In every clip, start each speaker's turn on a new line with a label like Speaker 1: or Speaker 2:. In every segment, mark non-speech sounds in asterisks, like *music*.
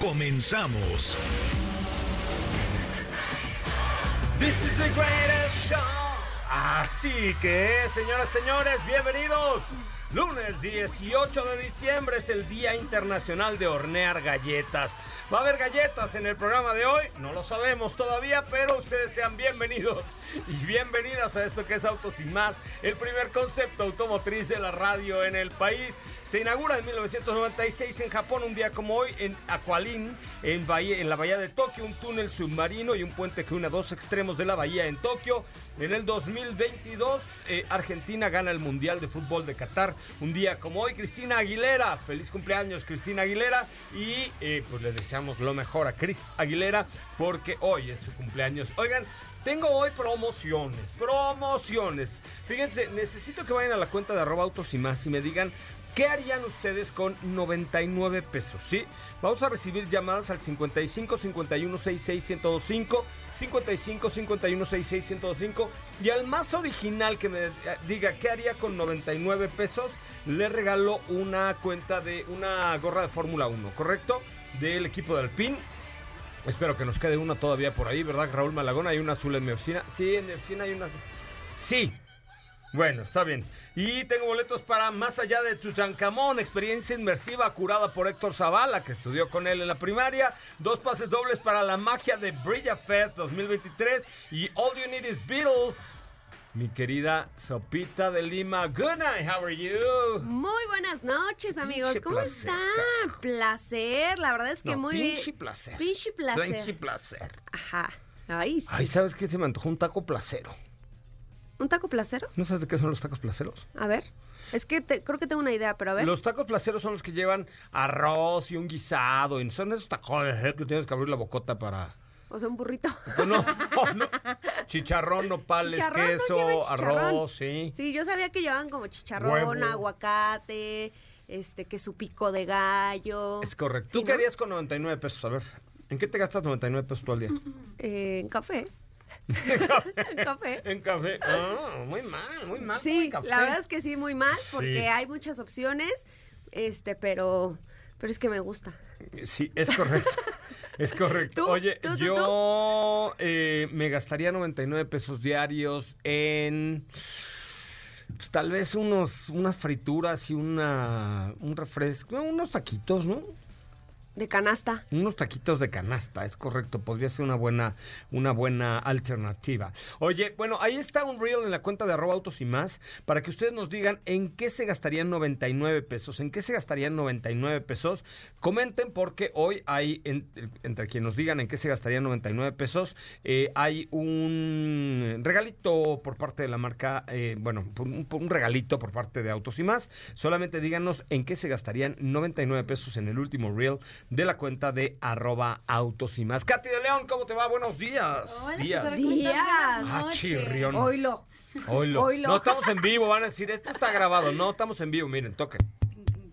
Speaker 1: Comenzamos.
Speaker 2: This is the greatest show. Así que, señoras, señores, bienvenidos. Lunes 18 de diciembre es el Día Internacional de Hornear Galletas. ¿Va a haber galletas en el programa de hoy? No lo sabemos todavía, pero ustedes sean bienvenidos y bienvenidas a esto que es Autos sin Más, el primer concepto automotriz de la radio en el país. Se inaugura en 1996 en Japón, un día como hoy, en Aqualin, en, bahía- en la bahía de Tokio, un túnel submarino y un puente que une a dos extremos de la bahía en Tokio. En el 2022, eh, Argentina gana el Mundial de Fútbol de Qatar. Un día como hoy, Cristina Aguilera. Feliz cumpleaños, Cristina Aguilera. Y eh, pues le deseamos lo mejor a Cris Aguilera porque hoy es su cumpleaños. Oigan, tengo hoy promociones, promociones. Fíjense, necesito que vayan a la cuenta de arroba autos y más y me digan qué harían ustedes con 99 pesos, ¿sí? Vamos a recibir llamadas al 55 51 66 1025, 55 51 66 1025 y al más original que me eh, diga qué haría con 99 pesos, le regalo una cuenta de una gorra de Fórmula 1, ¿correcto? Del equipo de Alpine. Espero que nos quede una todavía por ahí, ¿verdad, Raúl Malagón? Hay una azul en mi oficina. Sí, en mi oficina hay una. Sí. Bueno, está bien. Y tengo boletos para Más allá de Tutankamón, experiencia inmersiva curada por Héctor Zavala, que estudió con él en la primaria. Dos pases dobles para la magia de Brilla Fest 2023 y All You Need Is Beatle. Mi querida Sopita de Lima, good night, how are you?
Speaker 3: Muy buenas noches, amigos.
Speaker 2: Pinche
Speaker 3: ¿Cómo
Speaker 2: placer,
Speaker 3: están? Placer, la verdad es que
Speaker 2: No,
Speaker 3: muy
Speaker 2: pinche
Speaker 3: bien.
Speaker 2: placer.
Speaker 3: Pinche placer.
Speaker 2: Pinche placer.
Speaker 3: Ajá. Ahí sí.
Speaker 2: Ay, ¿sabes qué? Se me antojó un taco placero.
Speaker 3: ¿Un taco placero?
Speaker 2: ¿No sabes de qué son los tacos placeros?
Speaker 3: A ver. Es que te- creo que tengo una idea, pero a ver.
Speaker 2: Los tacos placeros son los que llevan arroz y un guisado. Y son esos tacos eh, que tienes que abrir la bocota para.
Speaker 3: O sea, un burrito.
Speaker 2: No, no, no. *laughs* Chicharrón, nopales,
Speaker 3: Chicharrón, ¿no
Speaker 2: queso,
Speaker 3: llevan chicharrón?
Speaker 2: arroz, sí.
Speaker 3: Sí, yo sabía que llevaban como chicharrón,
Speaker 2: Huevo.
Speaker 3: aguacate, este, que su pico de gallo.
Speaker 2: Es correcto.
Speaker 3: Sí,
Speaker 2: ¿Tú qué
Speaker 3: ¿no?
Speaker 2: harías con 99 pesos? A ver, ¿en qué te gastas 99 pesos todo el día?
Speaker 3: Eh, en café. *laughs* en café.
Speaker 2: *laughs* En café. Ah, muy mal, muy mal.
Speaker 3: Sí,
Speaker 2: con el café.
Speaker 3: la verdad es que sí, muy mal, porque
Speaker 2: Sí.
Speaker 3: hay muchas opciones, este, pero, pero es que me gusta.
Speaker 2: Sí, es
Speaker 3: *laughs*
Speaker 2: correcto. Es correcto.
Speaker 3: ¿Tú?
Speaker 2: Oye,
Speaker 3: ¿Tú, tú,
Speaker 2: yo eh, me gastaría 99 pesos diarios en pues, tal vez unos unas frituras y una un refresco, no, unos taquitos, ¿no?
Speaker 3: De canasta.
Speaker 2: Unos taquitos de canasta, es correcto, podría ser una buena, una buena alternativa. Oye, bueno, ahí está un reel en la cuenta de arroba autos y más para que ustedes nos digan en qué se gastarían 99 pesos, en qué se gastarían 99 pesos. Comenten porque hoy hay, en- entre quienes nos digan en qué se gastarían 99 pesos, eh, hay un regalito por parte de la marca, eh, bueno, por un, por un regalito por parte de Autos y más. Solamente díganos en qué se gastarían 99 pesos en el último reel de la cuenta de arroba autos y más. Katy de León, ¿cómo te va? Buenos días.
Speaker 4: Hola,
Speaker 2: días.
Speaker 4: José, ¿cómo
Speaker 3: Días.
Speaker 4: estás? Buenas
Speaker 2: Ah,
Speaker 4: noches.
Speaker 2: chirrión.
Speaker 3: Oilo.
Speaker 2: Oilo.
Speaker 3: Oilo.
Speaker 2: No estamos en vivo, van a decir, esto está grabado. No, estamos en vivo, miren, toque.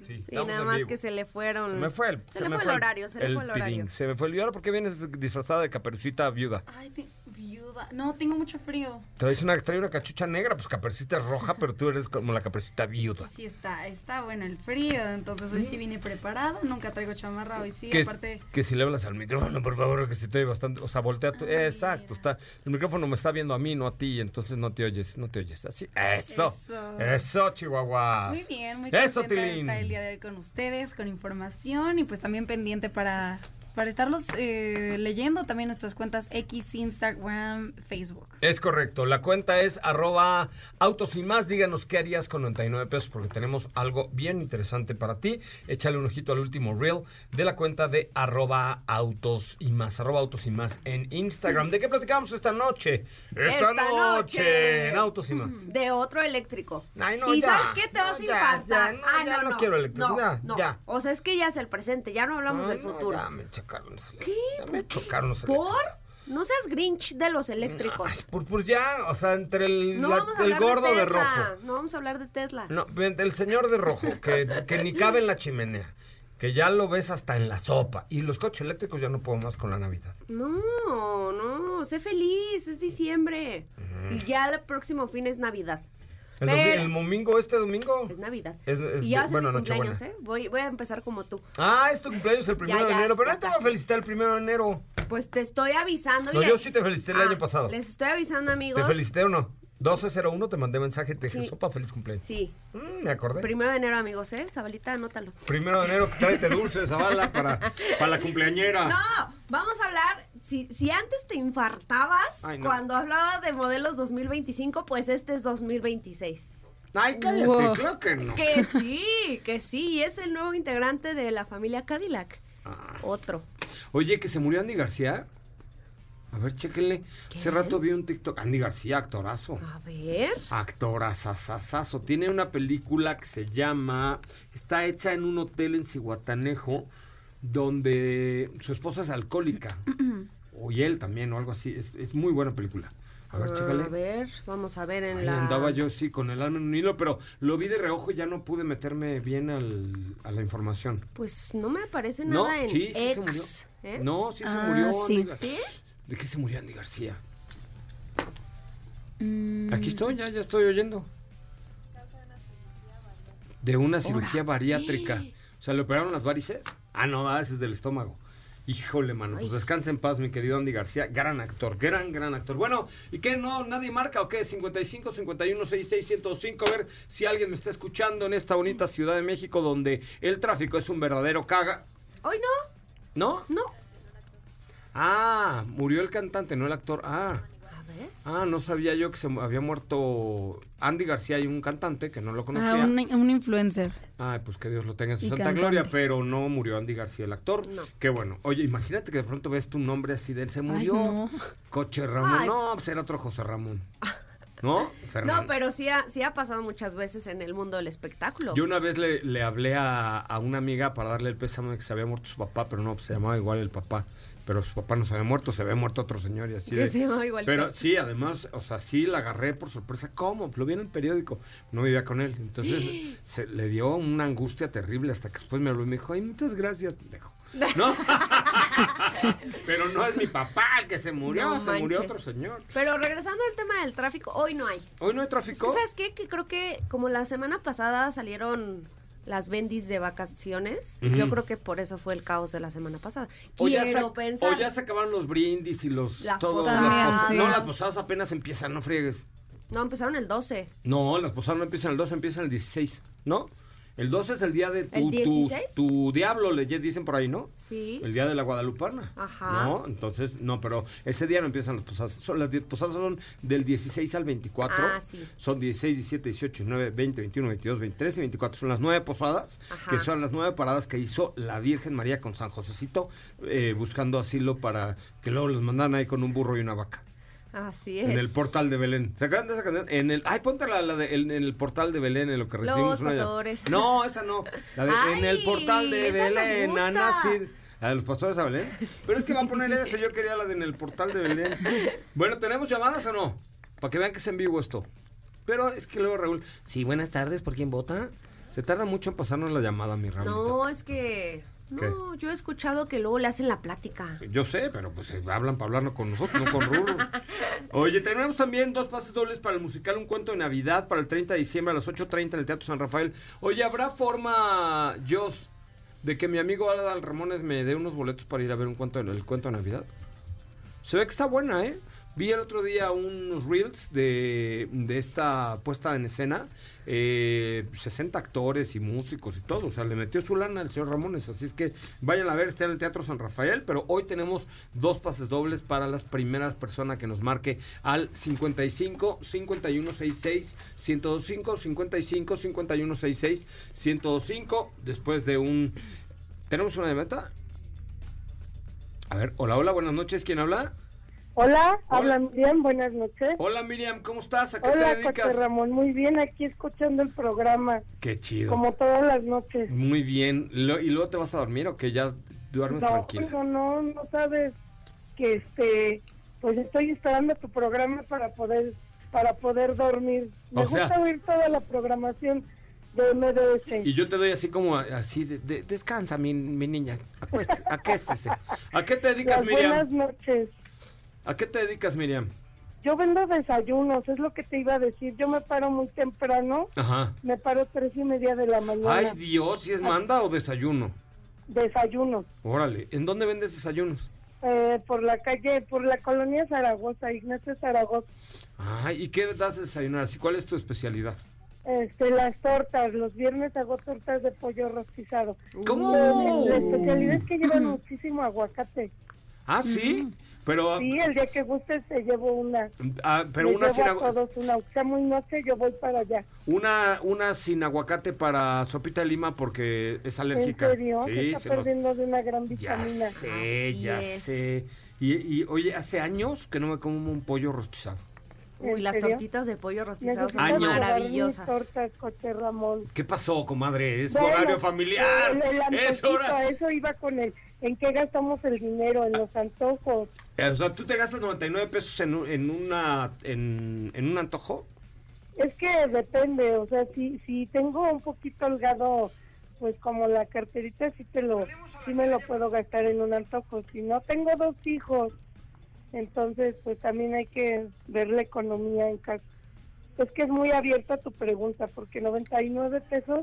Speaker 2: Sí,
Speaker 3: Sí, nada más que se le fueron.
Speaker 2: Se me fue el,
Speaker 3: se le fue el horario, se le fue el horario.
Speaker 2: pirín. Se me fue el horario porque vienes disfrazada de caperucita viuda.
Speaker 4: Ay, te- viuda. No, tengo mucho frío.
Speaker 2: Traes una, trae una cachucha negra, pues caperucita es roja, pero tú eres como la caperucita viuda.
Speaker 4: Sí, está, está bueno el frío. Entonces
Speaker 2: Mm.
Speaker 4: hoy sí vine preparado. Nunca traigo chamarra hoy sí.
Speaker 2: Que,
Speaker 4: Aparte,
Speaker 2: que si le hablas al micrófono, por favor, que si te oye bastante. O sea, voltea. tu-
Speaker 4: Ah,
Speaker 2: exacto,
Speaker 4: mira.
Speaker 2: está. El micrófono me está viendo a mí, no a ti, entonces no te oyes, no te oyes. Así. Eso. Eso,
Speaker 4: Eso.
Speaker 2: Chihuahua.
Speaker 4: muy bien, muy
Speaker 2: Ah, Eso,
Speaker 4: contenta de
Speaker 2: Tilín.
Speaker 4: estar el día de hoy con ustedes, con información y pues también pendiente para, para estarlos eh, leyendo también nuestras cuentas X, Instagram, Facebook.
Speaker 2: Es correcto, la cuenta es arroba autos y más, díganos qué harías con 99 pesos porque tenemos algo bien interesante para ti. Échale un ojito al último reel de la cuenta de arroba autos y más, arroba autos y más en Instagram. ¿De qué platicamos esta noche?
Speaker 3: Esta noche. Mm,
Speaker 2: en autos y más.
Speaker 3: De otro eléctrico.
Speaker 2: Ay, no,
Speaker 3: ¿Y
Speaker 2: ya.
Speaker 3: sabes qué? Te
Speaker 2: No,
Speaker 3: vas a
Speaker 2: ya,
Speaker 3: infartar.
Speaker 2: ya, no,
Speaker 3: ah,
Speaker 2: ya
Speaker 3: no,
Speaker 2: no
Speaker 3: no.
Speaker 2: quiero eléctrico,
Speaker 3: No,
Speaker 2: ya,
Speaker 3: no.
Speaker 2: ya.
Speaker 3: O sea, es que ya es el presente, ya no hablamos
Speaker 2: Ay,
Speaker 3: del
Speaker 2: no,
Speaker 3: futuro.
Speaker 2: ya me eché sacaron. ese-
Speaker 3: ¿Qué?
Speaker 2: Ya
Speaker 3: ¿Por
Speaker 2: me
Speaker 3: qué?
Speaker 2: chocaron los
Speaker 3: ¿Por?
Speaker 2: eléctricos.
Speaker 3: No seas grinch de los
Speaker 2: Ay,
Speaker 3: eléctricos.
Speaker 2: Pues, pues ya, o sea, entre el,
Speaker 3: No
Speaker 2: la-
Speaker 3: vamos a
Speaker 2: el
Speaker 3: hablar
Speaker 2: gordo
Speaker 3: de
Speaker 2: de
Speaker 3: Tesla.
Speaker 2: rojo.
Speaker 3: No vamos a hablar de Tesla.
Speaker 2: No, el señor de rojo, que, que ni cabe en la chimenea, que ya lo ves hasta en la sopa. Y los coches eléctricos ya no puedo más con la Navidad.
Speaker 3: No, no, sé feliz, es diciembre. Y ya el próximo fin es Navidad.
Speaker 2: El, domi-
Speaker 3: Pero-
Speaker 2: el domingo, este domingo.
Speaker 3: Es Navidad.
Speaker 2: Es- es
Speaker 3: y ya
Speaker 2: de-
Speaker 3: hace
Speaker 2: bueno,
Speaker 3: mi cumpleaños,
Speaker 2: Nochebuena.
Speaker 3: ¿eh? Voy, voy a empezar como tú.
Speaker 2: Ah, es tu cumpleaños el primero de
Speaker 3: ya,
Speaker 2: enero, pero
Speaker 3: ya
Speaker 2: no te voy a
Speaker 3: casi.
Speaker 2: felicitar el primero de enero.
Speaker 3: Pues te estoy avisando.
Speaker 2: No,
Speaker 3: oye.
Speaker 2: yo sí te felicité el
Speaker 3: Ah,
Speaker 2: año pasado.
Speaker 3: Les estoy avisando, amigos.
Speaker 2: ¿Te felicité o no? 1201 te mandé mensaje, te dije,
Speaker 3: Sí.
Speaker 2: sopa, feliz cumpleaños.
Speaker 3: Sí.
Speaker 2: Mm, me acordé.
Speaker 3: Primero de enero, amigos, ¿eh? Sabalita, anótalo.
Speaker 2: primero de enero, tráete dulces, Zavala, para, para la cumpleañera.
Speaker 3: No, vamos a hablar. Si, si antes te infartabas
Speaker 2: Ay, no.
Speaker 3: cuando hablabas de modelos 2025, pues este es 2026.
Speaker 2: Ay, cállate,
Speaker 4: Wow.
Speaker 2: claro que no. *laughs*
Speaker 3: Que sí, que sí, es el nuevo integrante de la familia Cadillac. Otro.
Speaker 2: Ah. Oye, que se murió Andy García. A ver, chéquenle. Hace rato vi un TikTok. Andy García, actorazo.
Speaker 3: A ver.
Speaker 2: Actorazazazazo. Tiene una película que se llama. Está hecha en un hotel en Cihuatanejo. Donde su esposa es alcohólica. o y él también, o algo así. Es, es muy buena película. A ver, chécale.
Speaker 3: A ver, vamos a ver en
Speaker 2: Ahí
Speaker 3: la.
Speaker 2: andaba yo, sí, con el alma en un hilo, pero lo vi de reojo y ya no pude meterme bien al- a la información.
Speaker 3: Pues no me aparece
Speaker 2: No,
Speaker 3: nada en
Speaker 2: sí, sí
Speaker 3: X,
Speaker 2: se murió.
Speaker 3: ¿eh?
Speaker 2: No, sí se
Speaker 4: Ah,
Speaker 2: murió.
Speaker 4: sí.
Speaker 2: Andy Gar-
Speaker 3: ¿Sí?
Speaker 2: ¿De qué se murió Andy García?
Speaker 4: Mm,
Speaker 2: Aquí estoy, ya, ya estoy oyendo. De una cirugía bariátrica. O sea, ¿le operaron las varices? Ah, no, ah, ese es del estómago. Híjole, mano, pues descansa en paz, mi querido Andy García. Gran actor, gran, gran actor. Bueno, ¿y qué? ¿No? ¿Nadie marca o qué? 55, 51, 66, 105. A ver si alguien me está escuchando en esta bonita Ciudad de México donde el tráfico es un verdadero caga.
Speaker 3: Hoy no,
Speaker 2: ¿No?
Speaker 3: no.
Speaker 2: Ah, murió el cantante, no el actor. Ah.
Speaker 3: A ver.
Speaker 2: Ah, no sabía yo que se mu- había muerto Andy García y un cantante que no lo
Speaker 4: a
Speaker 2: conocía.
Speaker 4: Ah, un, un influencer.
Speaker 2: Ay, pues que Dios lo tenga en su
Speaker 4: Y
Speaker 2: santa
Speaker 4: cantante.
Speaker 2: gloria, pero no murió Andy García, el actor.
Speaker 3: No.
Speaker 2: Qué bueno. Oye, imagínate que de pronto ves tu nombre así de él, se murió.
Speaker 4: no.
Speaker 2: Coche Ramón.
Speaker 3: Ay.
Speaker 2: No, pues era otro José Ramón.
Speaker 3: *laughs*
Speaker 2: ¿No? Fernando.
Speaker 3: No, pero sí ha, sí ha pasado muchas veces en el mundo del espectáculo.
Speaker 2: Yo una vez le, le hablé a, a una amiga para darle el pésame de que se había muerto su papá, pero no, pues se llamaba igual el papá. Pero su papá no se había muerto, se había muerto otro señor y así.
Speaker 3: Que
Speaker 2: de-
Speaker 3: se llamaba igual que
Speaker 2: Pero
Speaker 3: él.
Speaker 2: sí, además, o sea, sí la agarré por sorpresa. ¿Cómo? Lo vi en el periódico. No vivía con él.
Speaker 3: *gasps*
Speaker 2: Entonces se le dio una angustia terrible hasta que después me habló y me dijo, ay, muchas gracias, pendejo.
Speaker 3: *laughs*
Speaker 2: No, pero no es mi papá el que se murió,
Speaker 3: No
Speaker 2: se murió
Speaker 3: manches.
Speaker 2: otro señor.
Speaker 3: Pero regresando al tema del tráfico, hoy no hay.
Speaker 2: Hoy no hay
Speaker 3: Es que,
Speaker 2: tráfico.
Speaker 3: ¿sabes qué? Que creo que como la semana pasada salieron las bendis de vacaciones,
Speaker 2: Ujú.
Speaker 3: yo creo que por eso fue el caos de la semana pasada.
Speaker 2: O ya, se,
Speaker 3: Quiero pensar.
Speaker 2: o ya se acabaron los brindis y los
Speaker 3: Las
Speaker 2: todos
Speaker 4: posadas.
Speaker 2: las pos-
Speaker 4: Sí.
Speaker 2: No, las posadas apenas empiezan, no friegues.
Speaker 3: No, empezaron el 12.
Speaker 2: No, las posadas no empiezan el 12, empiezan el 16, ¿no? El 12 es el día de tu,
Speaker 3: ¿El
Speaker 2: tu,
Speaker 3: 16?
Speaker 2: tu diablo, le dicen por ahí, ¿no?
Speaker 3: Sí.
Speaker 2: El día de la Guadalupana.
Speaker 3: Ajá.
Speaker 2: ¿No? Entonces, no, pero ese día no empiezan las posadas. Son, las die- posadas son del 16 al 24.
Speaker 3: Ah, sí.
Speaker 2: Son 16, 17, 18, 19, 20, 21, 22, 23 y 24. Son las nueve posadas,
Speaker 3: Ajá.
Speaker 2: que son las nueve paradas que hizo la Virgen María con San Josecito, eh, buscando asilo para que luego los mandan ahí con un burro y una vaca.
Speaker 3: Así es.
Speaker 2: En el portal de Belén. ¿Se acuerdan de esa canción? En el. Ay, ponte la, la de, en, en el portal de Belén, en lo que recibimos. una-
Speaker 3: pastores.
Speaker 2: No, esa no. La de en el
Speaker 3: Ay,
Speaker 2: portal de
Speaker 3: esa nos
Speaker 2: Belén,
Speaker 3: gusta.
Speaker 2: Ana Cid. La de los pastores a Belén. Pero es que va a poner esa, yo quería la de en el portal de Belén. Bueno, ¿tenemos llamadas o no? Para que vean que es en vivo esto. Pero es que luego Raúl. Sí, buenas tardes, ¿por quién vota? Se tarda mucho en pasarnos la llamada, mi Raúl.
Speaker 3: No, es que... No, yo he escuchado que luego le hacen la plática.
Speaker 2: Yo sé, pero pues eh, hablan para hablarnos con nosotros, no con Ruru. Oye, tenemos también dos pases dobles para el musical Un Cuento de Navidad para el 30 de diciembre a las 8.30 en el Teatro San Rafael. Oye, ¿habrá forma, Jos, de que mi amigo Adal Ramones me dé unos boletos para ir a ver un cuento, el Cuento de Navidad? Se ve que está buena, ¿eh? Vi el otro día unos reels de, de esta puesta en escena. eh, 60 actores y músicos y todo. O sea, le metió su lana al señor Ramones. Así es que vayan a ver, está en el Teatro San Rafael. Pero hoy tenemos dos pases dobles para las primeras personas que nos marque al 55 51 66 1025 55 51 66 1025. Después de un. ¿Tenemos una de meta? A ver, hola, hola, buenas noches. ¿Quién habla?
Speaker 5: Hola, habla Miriam, buenas noches.
Speaker 2: Hola Miriam, ¿cómo estás? ¿A qué
Speaker 5: Hola,
Speaker 2: te
Speaker 5: José
Speaker 2: dedicas?
Speaker 5: Ramón, muy bien, aquí escuchando el programa,
Speaker 2: Qué chido.
Speaker 5: como todas las noches.
Speaker 2: Muy bien. Lo- ¿Y luego te vas a dormir o que ya duermes
Speaker 5: no,
Speaker 2: tranquila.
Speaker 5: No, no, no sabes que este, pues estoy esperando tu programa para poder para poder dormir. Me
Speaker 2: O sea-
Speaker 5: gusta oír toda la programación de MDS.
Speaker 2: Y yo te doy así como, así, de, de- descansa, mi, mi niña, acuéstese, acuéstese. ¿A qué te dedicas,
Speaker 5: Las buenas
Speaker 2: Miriam?
Speaker 5: noches.
Speaker 2: ¿A qué te dedicas, Miriam?
Speaker 5: Yo vendo desayunos, es lo que te iba a decir. Yo me paro muy temprano,
Speaker 2: Ajá.
Speaker 5: me paro tres y media de la mañana.
Speaker 2: Ay, Dios, ¿si es manda o desayuno?
Speaker 5: Desayuno.
Speaker 2: Órale, ¿en dónde vendes desayunos?
Speaker 5: eh, por la calle, por la colonia Zaragoza, Ignacio Zaragoza.
Speaker 2: Ay, ¿y qué das de desayunar? Así, ¿Cuál es tu especialidad?
Speaker 5: Este, las tortas, los viernes hago tortas de pollo rostizado.
Speaker 2: ¿Cómo?
Speaker 5: Pero La especialidad es que llevan muchísimo aguacate.
Speaker 2: Ah, sí, pero,
Speaker 5: Sí, el día que guste te llevo una.
Speaker 2: ah, pero
Speaker 5: Les
Speaker 2: una, sin
Speaker 5: llevo a
Speaker 2: agua-
Speaker 5: todos una. O sea, muy noche yo voy para allá.
Speaker 2: una, una sin aguacate para sopita de lima porque es
Speaker 5: En
Speaker 2: alérgica.
Speaker 5: serio, se
Speaker 2: sí,
Speaker 5: está
Speaker 2: se nos-
Speaker 5: perdiendo de una gran
Speaker 2: Ya
Speaker 5: vitamina.
Speaker 2: sé,
Speaker 4: Así
Speaker 2: ya
Speaker 4: es.
Speaker 2: sé. Y, y, oye, hace años que no me como un pollo rostizado.
Speaker 5: ¿En
Speaker 3: Uy, las
Speaker 5: serio?
Speaker 3: tortitas de pollo rostizados
Speaker 5: Necesitas
Speaker 2: Años.
Speaker 3: son
Speaker 5: probar mis
Speaker 3: maravillosas.
Speaker 5: tortas, coche Ramón.
Speaker 2: ¿Qué pasó, comadre? Es
Speaker 5: Bueno,
Speaker 2: horario familiar.
Speaker 5: el- el
Speaker 2: es
Speaker 5: antojito,
Speaker 2: hora.
Speaker 5: Eso iba con el. ¿En qué gastamos el dinero? En los antojos.
Speaker 2: Eh, O sea, tú te gastas 99 pesos en, un- en una en, en un antojo.
Speaker 5: Es que depende, o sea, si, si tengo un poquito holgado, pues como la carterita, sí, te lo, sí me lo puedo gastar en un antojo. Si no, tengo dos hijos, entonces pues también hay que ver la economía en casa. Es que es muy abierta tu pregunta, porque 99 pesos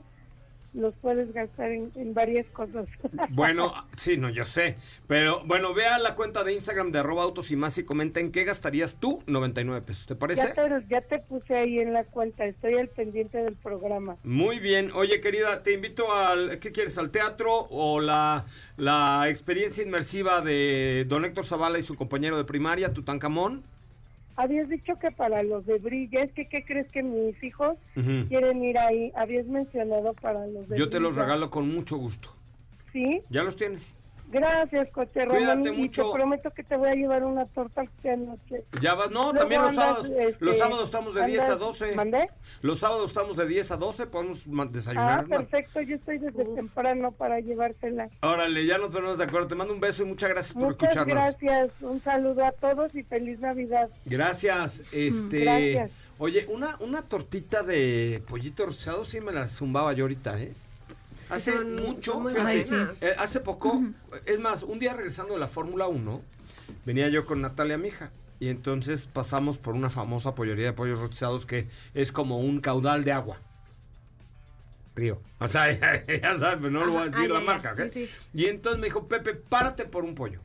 Speaker 5: los puedes gastar en, en varias cosas.
Speaker 2: Bueno, *laughs* sí, no, yo sé. Pero bueno, vea la cuenta de Instagram de arroba autos y más y comenta en qué gastarías tú 99 pesos. ¿Te parece?
Speaker 5: ya, te, ya te puse ahí en la cuenta, estoy al pendiente del programa.
Speaker 2: Muy bien. Oye, querida, te invito al. ¿Qué quieres? ¿Al teatro o la, la experiencia inmersiva de don Héctor Zavala y su compañero de primaria, Tutankamón?
Speaker 5: Habías dicho que para los de Brilla, es que ¿qué crees que mis hijos
Speaker 2: Ujú.
Speaker 5: quieren ir ahí. Habías mencionado para los de
Speaker 2: Yo te los
Speaker 5: Brilla.
Speaker 2: regalo con mucho gusto.
Speaker 5: Sí,
Speaker 2: ¿Ya los tienes?
Speaker 5: gracias, coche Ramón.
Speaker 2: Cuídate
Speaker 5: y
Speaker 2: mucho.
Speaker 5: Te prometo que te voy a llevar una torta que anoche.
Speaker 2: Ya vas. No,
Speaker 5: Luego
Speaker 2: también los
Speaker 5: andas,
Speaker 2: sábados.
Speaker 5: este,
Speaker 2: los sábados estamos de 10 a
Speaker 5: andas-
Speaker 2: 12.
Speaker 5: ¿Mandé?
Speaker 2: Los sábados estamos de 10 a 12. Podemos ma-
Speaker 5: Ah,
Speaker 2: desayunar. ma-
Speaker 5: perfecto, yo estoy desde
Speaker 3: Uf.
Speaker 5: temprano para llevártela.
Speaker 2: Órale, ya nos ponemos de acuerdo. Te mando un beso y muchas gracias por
Speaker 5: Muchas
Speaker 2: escucharnos.
Speaker 5: gracias, un saludo a todos y feliz Navidad.
Speaker 2: Gracias, este.
Speaker 5: Gracias.
Speaker 2: Oye, una, una tortita de pollito rosado sí me la zumbaba yo ahorita, ¿eh?
Speaker 3: que
Speaker 2: Hace
Speaker 3: son-
Speaker 2: mucho,
Speaker 3: son muy
Speaker 2: fíjate,
Speaker 3: buenas.
Speaker 2: eh, hace poco, es más, un día regresando de la Fórmula 1, venía yo con Natalia, mi hija, y entonces pasamos por una famosa pollería de pollos rostizados que es como un caudal de agua. Río. O sea, *laughs* ya sabes, pero no lo voy a
Speaker 3: Ajá,
Speaker 2: decir
Speaker 3: ah,
Speaker 2: la
Speaker 3: ya, ya,
Speaker 2: marca, ¿eh?
Speaker 3: sí,
Speaker 2: ¿ok?
Speaker 3: sí.
Speaker 2: Y entonces me dijo, Pepe, párate por un pollo.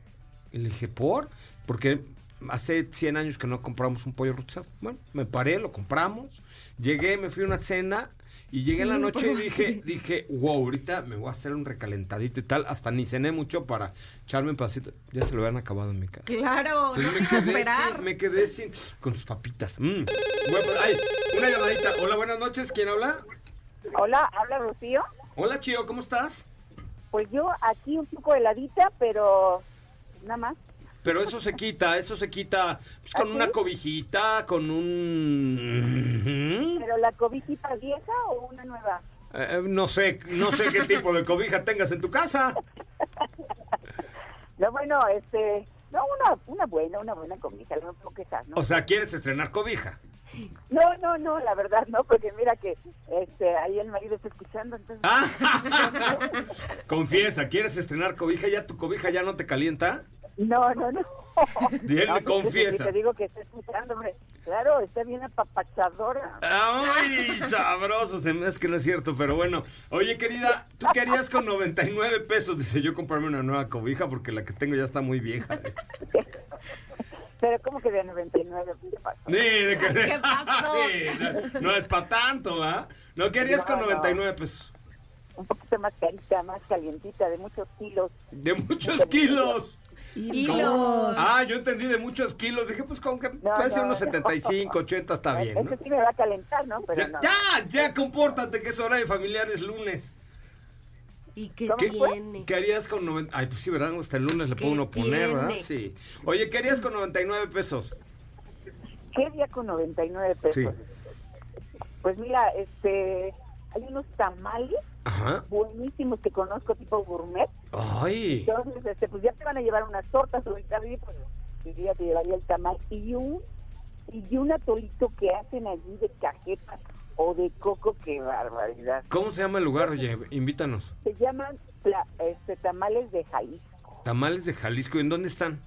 Speaker 2: Y le dije, ¿por? Porque hace 100 años que no compramos un pollo rostizado. Bueno, me paré, lo compramos. Llegué, me fui a una cena y llegué en la
Speaker 3: Mm,
Speaker 2: noche y
Speaker 3: ¿cómo
Speaker 2: dije, dije, wow, ahorita me voy a hacer un recalentadito y tal. Hasta ni cené mucho para echarme un pasito. Ya se lo habían acabado en mi casa.
Speaker 3: Claro, no
Speaker 2: Entonces me
Speaker 3: te iba a
Speaker 2: quedé,
Speaker 3: esperar.
Speaker 2: sin, me quedé sin... Con sus papitas. mm. Bueno, pues, ay, una llamadita. Hola, buenas noches. ¿Quién habla?
Speaker 6: Hola, habla Rocío.
Speaker 2: Hola, Chio, ¿cómo estás?
Speaker 6: Pues yo aquí un poco heladita, pero nada más.
Speaker 2: Pero eso se quita, eso se quita pues, con
Speaker 6: ¿Ah,
Speaker 2: una
Speaker 6: sí?
Speaker 2: cobijita, con un...
Speaker 6: ¿Pero la cobijita vieja o una nueva?
Speaker 2: Eh, no sé, no sé qué tipo de cobija tengas en tu casa.
Speaker 6: No, bueno, este, no, una, una buena, una buena cobija, no puedo quejar, ¿no?
Speaker 2: O sea, quieres estrenar cobija.
Speaker 6: No, no, no, la verdad no, porque mira que este, ahí el marido está escuchando, entonces...
Speaker 2: Ah, Confiesa, ¿quieres estrenar cobija? ¿Ya tu cobija ya no te calienta?
Speaker 6: No,
Speaker 2: *laughs*
Speaker 6: no, no.
Speaker 2: Bien,
Speaker 6: No, sí,
Speaker 2: confiesa.
Speaker 6: sí, Te digo que está escuchando, hombre. Claro, está bien apapachadora.
Speaker 2: ¡Ay, sabroso! Se me- Es que no es cierto, pero bueno. Oye, querida, ¿tú qué harías con 99 pesos? Dice yo comprarme una nueva cobija porque la que tengo ya está muy vieja.
Speaker 6: Pero como que de 99, ¿qué pasó?
Speaker 2: Sí, de que- *laughs* Ah,
Speaker 4: ¿Qué pasó?
Speaker 2: Sí, no, no es para tanto, ¿ah? No querías con
Speaker 6: No, no.
Speaker 2: 99 pesos.
Speaker 6: Un poquito más carita, más calientita, de muchos kilos.
Speaker 2: De
Speaker 6: *laughs*
Speaker 2: muchos kilos.
Speaker 4: Hilos.
Speaker 2: Ah, yo entendí de muchos kilos. Dije, pues con que
Speaker 6: Pues, No,
Speaker 2: puede ser
Speaker 6: no.
Speaker 2: unos 75, 80
Speaker 6: *laughs*
Speaker 2: está bien.
Speaker 6: Eso
Speaker 2: ¿no?
Speaker 6: sí me va a calentar, ¿no? Pero
Speaker 2: Ya,
Speaker 6: no.
Speaker 2: ya, ya, compórtate, que es hora de familiares lunes.
Speaker 3: ¿Y qué
Speaker 6: ¿Cómo fue?
Speaker 3: tiene?
Speaker 2: ¿Qué harías con 90? Ay, pues sí, ¿verdad? Hasta el lunes le
Speaker 3: ¿Qué
Speaker 2: puedo uno poner, ¿verdad?
Speaker 3: tiene?
Speaker 2: Sí. Oye, ¿qué harías con 99 pesos?
Speaker 6: ¿Qué día con 99 pesos?
Speaker 2: Sí.
Speaker 6: Pues mira, este, hay unos tamales
Speaker 2: Ajá.
Speaker 6: buenísimos que conozco, tipo gourmet.
Speaker 2: Ay.
Speaker 6: Entonces, este, pues ya te van a llevar unas tortas o el carril, pues diría te llevaría el tamal y un y un atolito que hacen allí de cajeta o de coco, qué barbaridad.
Speaker 2: ¿Cómo se llama el lugar? Oye, invítanos.
Speaker 6: Se llaman pla- este, tamales de Jalisco.
Speaker 2: Tamales de Jalisco. ¿En dónde están?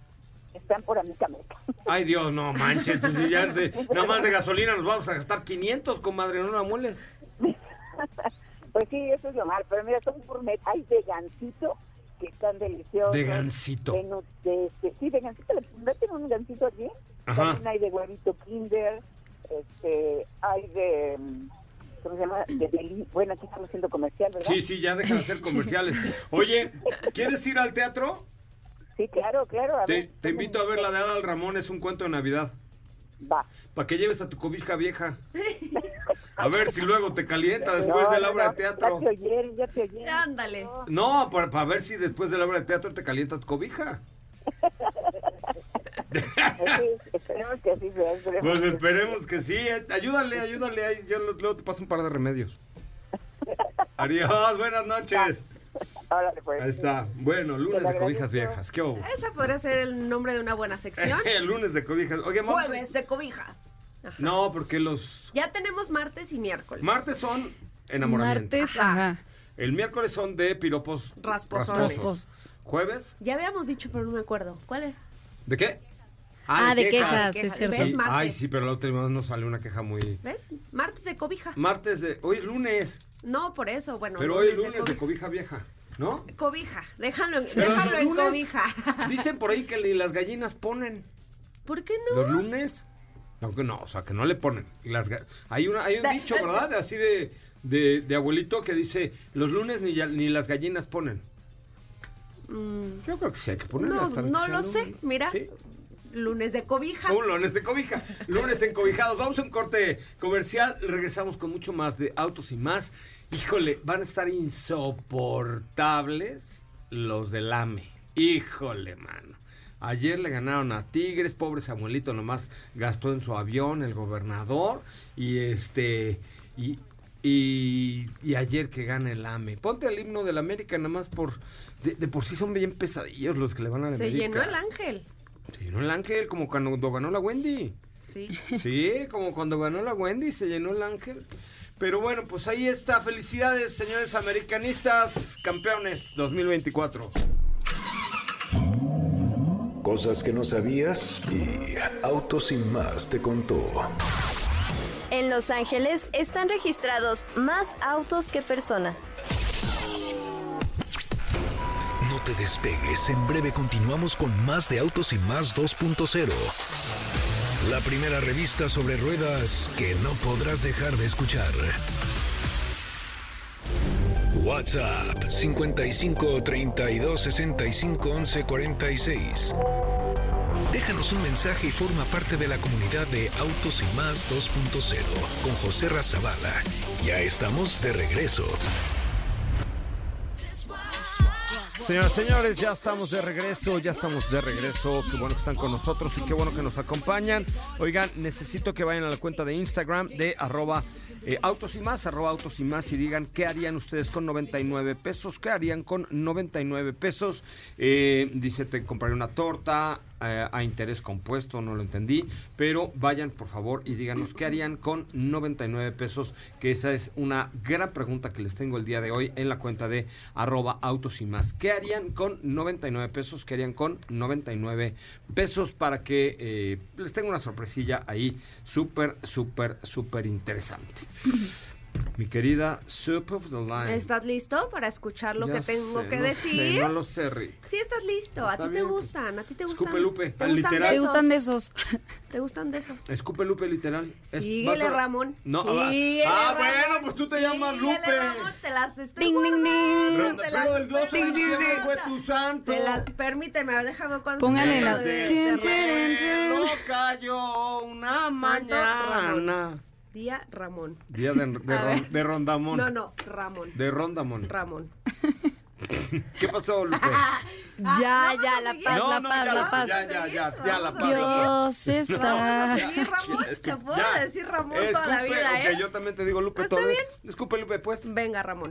Speaker 6: Están por Amicameca.
Speaker 2: Ay, Dios, no manches. Pues si ya de- nada más de gasolina nos vamos a gastar 500, comadre. No la mueles.
Speaker 6: Pues sí, eso es lo malo, pero mira, son gourmet, hay de gansito que están deliciosos.
Speaker 2: De gansito.
Speaker 6: De nu- de este- sí, de gansito, no tengo un gansito aquí.
Speaker 2: Ajá.
Speaker 6: También hay de huevito kinder, este, hay de, mm, ¿cómo se llama? De deli- bueno, aquí estamos haciendo comercial, ¿verdad?
Speaker 2: Sí, sí, ya deja de hacer comerciales. Oye, ¿quieres ir al teatro?
Speaker 6: Sí, claro, claro. a
Speaker 2: Te,
Speaker 6: ver,
Speaker 2: te invito a ver la de Adal Ramón, es un cuento de Navidad.
Speaker 6: Va.
Speaker 2: Para que lleves a tu cobija vieja. A ver si luego te calienta después
Speaker 6: No,
Speaker 2: de la
Speaker 6: no,
Speaker 2: obra
Speaker 6: no,
Speaker 2: de teatro.
Speaker 6: Ya te oyeron, ya te
Speaker 2: *laughs*
Speaker 6: oyeron.
Speaker 3: Ándale.
Speaker 2: No, para, para ver si después de la obra de teatro te calienta tu cobija.
Speaker 6: Sí, esperemos que así sea. esperemos
Speaker 2: Pues
Speaker 6: que-
Speaker 2: esperemos que sí. eh. Ayúdale, ayúdale. ahí Yo lo- luego te paso un par de remedios. Adiós, buenas noches.
Speaker 6: Ahora te puedes.
Speaker 2: Ahí está. Bueno, lunes de cobijas viejas. ¿Qué hubo?
Speaker 3: Esa podría ser el nombre de una
Speaker 2: *laughs*
Speaker 3: buena sección.
Speaker 2: El lunes de cobijas. Oye, vamos a-
Speaker 3: Jueves de cobijas. Ajá.
Speaker 2: No, porque los
Speaker 3: Ya tenemos martes y miércoles.
Speaker 2: martes son enamoramiento.
Speaker 4: Martes, ajá.
Speaker 2: El miércoles son de piropos
Speaker 3: Rasposones.
Speaker 4: Rasposos.
Speaker 2: Jueves,
Speaker 3: Ya habíamos dicho, pero no me acuerdo. ¿Cuál es?
Speaker 2: ¿de qué?
Speaker 4: Ah, de quejas, sí, es
Speaker 3: Quejas.
Speaker 4: cierto.
Speaker 3: ¿Ves?
Speaker 2: Sí,
Speaker 3: Martes.
Speaker 2: Ay, sí, pero la otra vez nos salió una queja muy.
Speaker 3: ¿Ves? Martes de cobija.
Speaker 2: Martes de. Hoy es lunes,
Speaker 3: No, por eso, bueno.
Speaker 2: pero hoy es
Speaker 3: lunes de
Speaker 2: lunes de cobija vieja, ¿no?
Speaker 3: Cobija, déjalo, en-
Speaker 2: Pero
Speaker 3: déjalo
Speaker 2: los
Speaker 3: en
Speaker 2: lunes-
Speaker 3: cobija. *laughs*
Speaker 2: Dicen por ahí que ni las gallinas ponen.
Speaker 3: ¿Por qué no?
Speaker 2: Los lunes. No, que no, o sea, que no le ponen. Las ga- hay, una, hay un dicho, ¿verdad? Así de, de, de abuelito que dice: Los lunes ni, ya- ni las gallinas ponen.
Speaker 3: Mm,
Speaker 2: Yo creo que sí hay que ponerlas.
Speaker 3: no,
Speaker 2: están
Speaker 3: no lo
Speaker 2: escuchando.
Speaker 3: sé, mira.
Speaker 2: Sí.
Speaker 3: Lunes de cobija.
Speaker 2: Un lunes de cobija, lunes encobijados. Vamos a un corte comercial, regresamos con mucho más de autos y más. Híjole, van a estar insoportables los del AME. Híjole, mano. Ayer le ganaron a Tigres, pobre Samuelito nomás gastó en su avión el gobernador y este y, y, y ayer que gana el AME. Ponte el himno del América nada más por de, de por sí son bien pesadillos los que le van a
Speaker 3: Se
Speaker 2: América.
Speaker 3: llenó el ángel.
Speaker 2: Se llenó el ángel como cuando ganó la Wendy.
Speaker 3: Sí.
Speaker 2: Sí, como cuando ganó la Wendy se llenó el ángel. Pero bueno, pues ahí está. Felicidades, señores americanistas, campeones 2024.
Speaker 1: Cosas que no sabías y Autos sin más te contó.
Speaker 7: En Los Ángeles están registrados más autos que personas.
Speaker 1: No te despegues, en breve continuamos con más de Autos y más 2.0. La primera revista sobre ruedas que no podrás dejar de escuchar. WhatsApp 55 32 65 11 46. Déjanos un mensaje y forma parte de la comunidad de Autos y Más 2.0 con José Razabala. Ya estamos de regreso.
Speaker 2: Señoras, señores, ya estamos de regreso, ya estamos de regreso. Qué bueno que están con nosotros y qué bueno que nos acompañan. Oigan, necesito que vayan a la cuenta de Instagram de arroba eh, autos y más, arroba autos y más y digan qué harían ustedes con 99 pesos, qué harían con 99 pesos. Eh, dice, te compraré una torta eh, a interés compuesto, no lo entendí, pero vayan por favor y díganos qué harían con 99 pesos, que esa es una gran pregunta que les tengo el día de hoy en la cuenta de arroba autos y más. ¿Qué harían con 99 pesos? ¿Qué harían con 99 pesos? Para que eh, les tenga una sorpresilla ahí súper, súper, súper interesante. Mi querida Soup of the Line.
Speaker 3: ¿Estás listo para escuchar lo
Speaker 2: Ya
Speaker 3: que tengo
Speaker 2: sé,
Speaker 3: que
Speaker 2: no
Speaker 3: decir?
Speaker 2: Sé, no lo sé, Rick.
Speaker 3: Sí, estás listo. A
Speaker 2: Está
Speaker 3: ti te
Speaker 2: bien, pues.
Speaker 3: gustan, a ti te gustan.
Speaker 2: Escupe Lupe,
Speaker 3: ¿Te
Speaker 2: al
Speaker 3: gustan
Speaker 2: literal.
Speaker 4: ¿Te gustan de esos?
Speaker 3: ¿Te gustan de esos?
Speaker 2: Escupe Lupe, literal. Es-
Speaker 3: Síguele,
Speaker 2: vas a-
Speaker 3: Ramón.
Speaker 2: No,
Speaker 3: Síguele,
Speaker 2: ah,
Speaker 3: Ramón.
Speaker 2: bueno, pues tú te llamas
Speaker 3: Síguele,
Speaker 2: Lupe.
Speaker 3: Ramón, te las estoy
Speaker 4: Ding, ding, ding.
Speaker 2: Pero-
Speaker 3: guardando, te
Speaker 2: Pero
Speaker 3: las
Speaker 2: el 12 de
Speaker 3: estoy
Speaker 2: diciembre
Speaker 3: guardando.
Speaker 2: fue tu santo.
Speaker 3: Te las- Permíteme, déjame cuando
Speaker 2: Desde
Speaker 4: Pónganle la- Chin, chin,
Speaker 2: que
Speaker 4: chin.
Speaker 2: no cayó una
Speaker 3: Ramón.
Speaker 2: mañana.
Speaker 3: Día Ramón.
Speaker 2: Día de, de
Speaker 3: A
Speaker 2: ron-
Speaker 3: ver.
Speaker 2: de Rondamón.
Speaker 3: No, no, Ramón.
Speaker 2: De Rondamón.
Speaker 3: Ramón.
Speaker 2: ¿Qué pasó, Lupe?
Speaker 3: Ah,
Speaker 4: Ya,
Speaker 3: ¿vamos
Speaker 4: ya,
Speaker 3: a
Speaker 4: la
Speaker 3: seguir?
Speaker 4: paz,
Speaker 2: No,
Speaker 4: la
Speaker 2: no,
Speaker 4: paz,
Speaker 2: ya,
Speaker 4: la
Speaker 2: ya,
Speaker 4: paz.
Speaker 2: Ya, ya, ya, ya, la paz. *laughs*
Speaker 4: Dios está.
Speaker 2: Ya,
Speaker 3: Sí, Ramón,
Speaker 2: chile,
Speaker 3: te puedo
Speaker 2: ya.
Speaker 3: decir Ramón toda la
Speaker 2: Escupe,
Speaker 3: vida,
Speaker 2: ok,
Speaker 3: ¿eh?
Speaker 2: yo también te digo Lupe
Speaker 3: Está
Speaker 2: todo.
Speaker 3: bien.
Speaker 2: Escupe, Lupe, pues. *laughs*
Speaker 3: Venga, Ramón.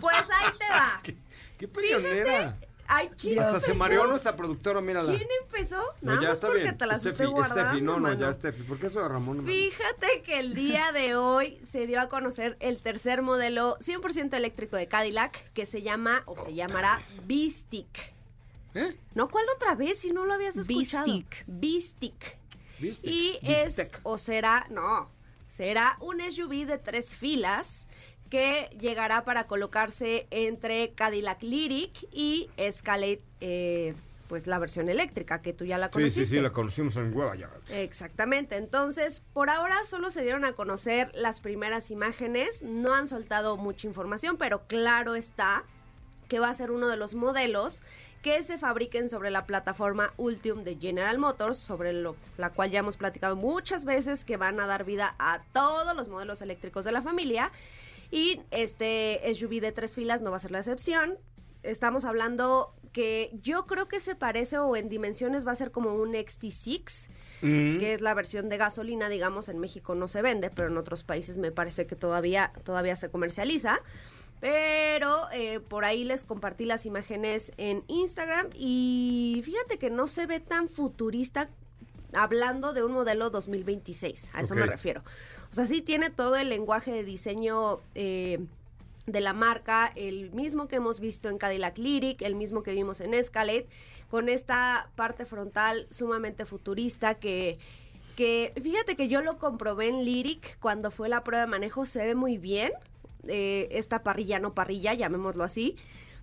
Speaker 3: Pues ahí te va.
Speaker 2: Qué, qué peleonera.
Speaker 3: Ay, ¿quién
Speaker 2: Hasta
Speaker 3: empezó?
Speaker 2: se mareó nuestra productora, mírala.
Speaker 3: ¿Quién empezó?
Speaker 2: No,
Speaker 3: Nada
Speaker 2: ya
Speaker 3: más
Speaker 2: está
Speaker 3: porque
Speaker 2: bien. Este
Speaker 3: te las estoy
Speaker 2: Steffi,
Speaker 3: guardando,
Speaker 2: Steffi, no, no,
Speaker 3: mano.
Speaker 2: ya, Steffi. ¿Por qué eso de Ramón? hermano?
Speaker 3: Fíjate que el día de hoy se dio a conocer el tercer modelo 100% eléctrico de Cadillac que se llama o se llamará Bistic.
Speaker 2: ¿Eh?
Speaker 3: No, ¿cuál otra vez si no lo habías escuchado?
Speaker 4: Bistic.
Speaker 3: Bistic.
Speaker 2: ¿Viste?
Speaker 3: Y es
Speaker 2: Bistec.
Speaker 3: o será, no, será un SUV de tres filas que llegará para colocarse entre Cadillac Lyric y Escalade, eh, pues la versión eléctrica que tú ya la
Speaker 2: Sí,
Speaker 3: conociste. Eh,
Speaker 2: sí, sí, la conocimos en Nueva York.
Speaker 3: Exactamente, entonces por ahora solo se dieron a conocer las primeras imágenes, no han soltado mucha información, pero claro está que va a ser uno de los modelos que se fabriquen sobre la plataforma Ultium de General Motors, sobre lo- la cual ya hemos platicado muchas veces que van a dar vida a todos los modelos eléctricos de la familia. Y este SUV de tres filas no va a ser la excepción. Estamos hablando que yo creo que se parece o en dimensiones va a ser como un XT6,
Speaker 2: Mm.
Speaker 3: que es la versión de gasolina, digamos, en México no se vende, pero en otros países me parece que todavía, todavía se comercializa. Pero eh, por ahí les compartí las imágenes en Instagram y fíjate que no se ve tan futurista hablando de un modelo 2026, a eso me
Speaker 2: Ok.
Speaker 3: refiero. O sea, sí tiene todo el lenguaje de diseño eh, de la marca, el mismo que hemos visto en Cadillac Lyric, el mismo que vimos en Escalade, con esta parte frontal sumamente futurista que, que fíjate que yo lo comprobé en Lyric cuando fue la prueba de manejo, se ve muy bien, eh, esta parrilla no parrilla, llamémoslo así.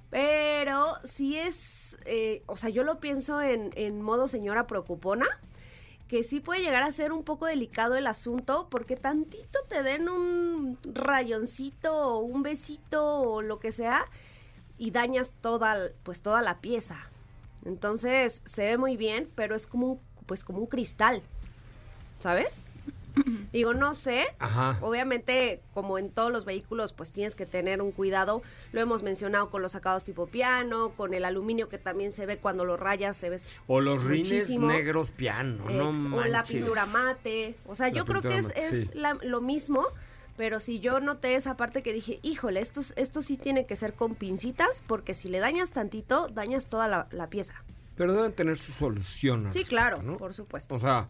Speaker 3: Pero si es, eh, o sea, yo lo pienso en, en modo señora preocupona, que sí puede llegar a ser un poco delicado el asunto porque tantito te den un rayoncito o un besito o lo que sea y dañas toda pues toda la pieza. Entonces, se ve muy bien, pero es como un- pues como un cristal. ¿Sabes? Digo, no sé,
Speaker 2: Ajá.
Speaker 3: Obviamente, como en todos los vehículos, pues tienes que tener un cuidado. Lo hemos mencionado con los sacados tipo piano, con el aluminio que también se ve cuando lo rayas, se ve
Speaker 2: O los rines
Speaker 3: muchísimo.
Speaker 2: negros piano, no
Speaker 3: ex-
Speaker 2: manches.
Speaker 3: o la pintura mate. O sea,
Speaker 2: La
Speaker 3: yo creo que es,
Speaker 2: pintura mate,
Speaker 3: es
Speaker 2: sí.
Speaker 3: la- lo mismo, pero si yo noté esa parte que dije, híjole, esto, esto sí tiene que ser con pincitas, porque si le dañas tantito, dañas toda la, la pieza.
Speaker 2: Pero deben tener su solución. al
Speaker 3: Sí,
Speaker 2: respecto,
Speaker 3: claro,
Speaker 2: Pues, ¿no?
Speaker 3: por supuesto.
Speaker 2: O sea,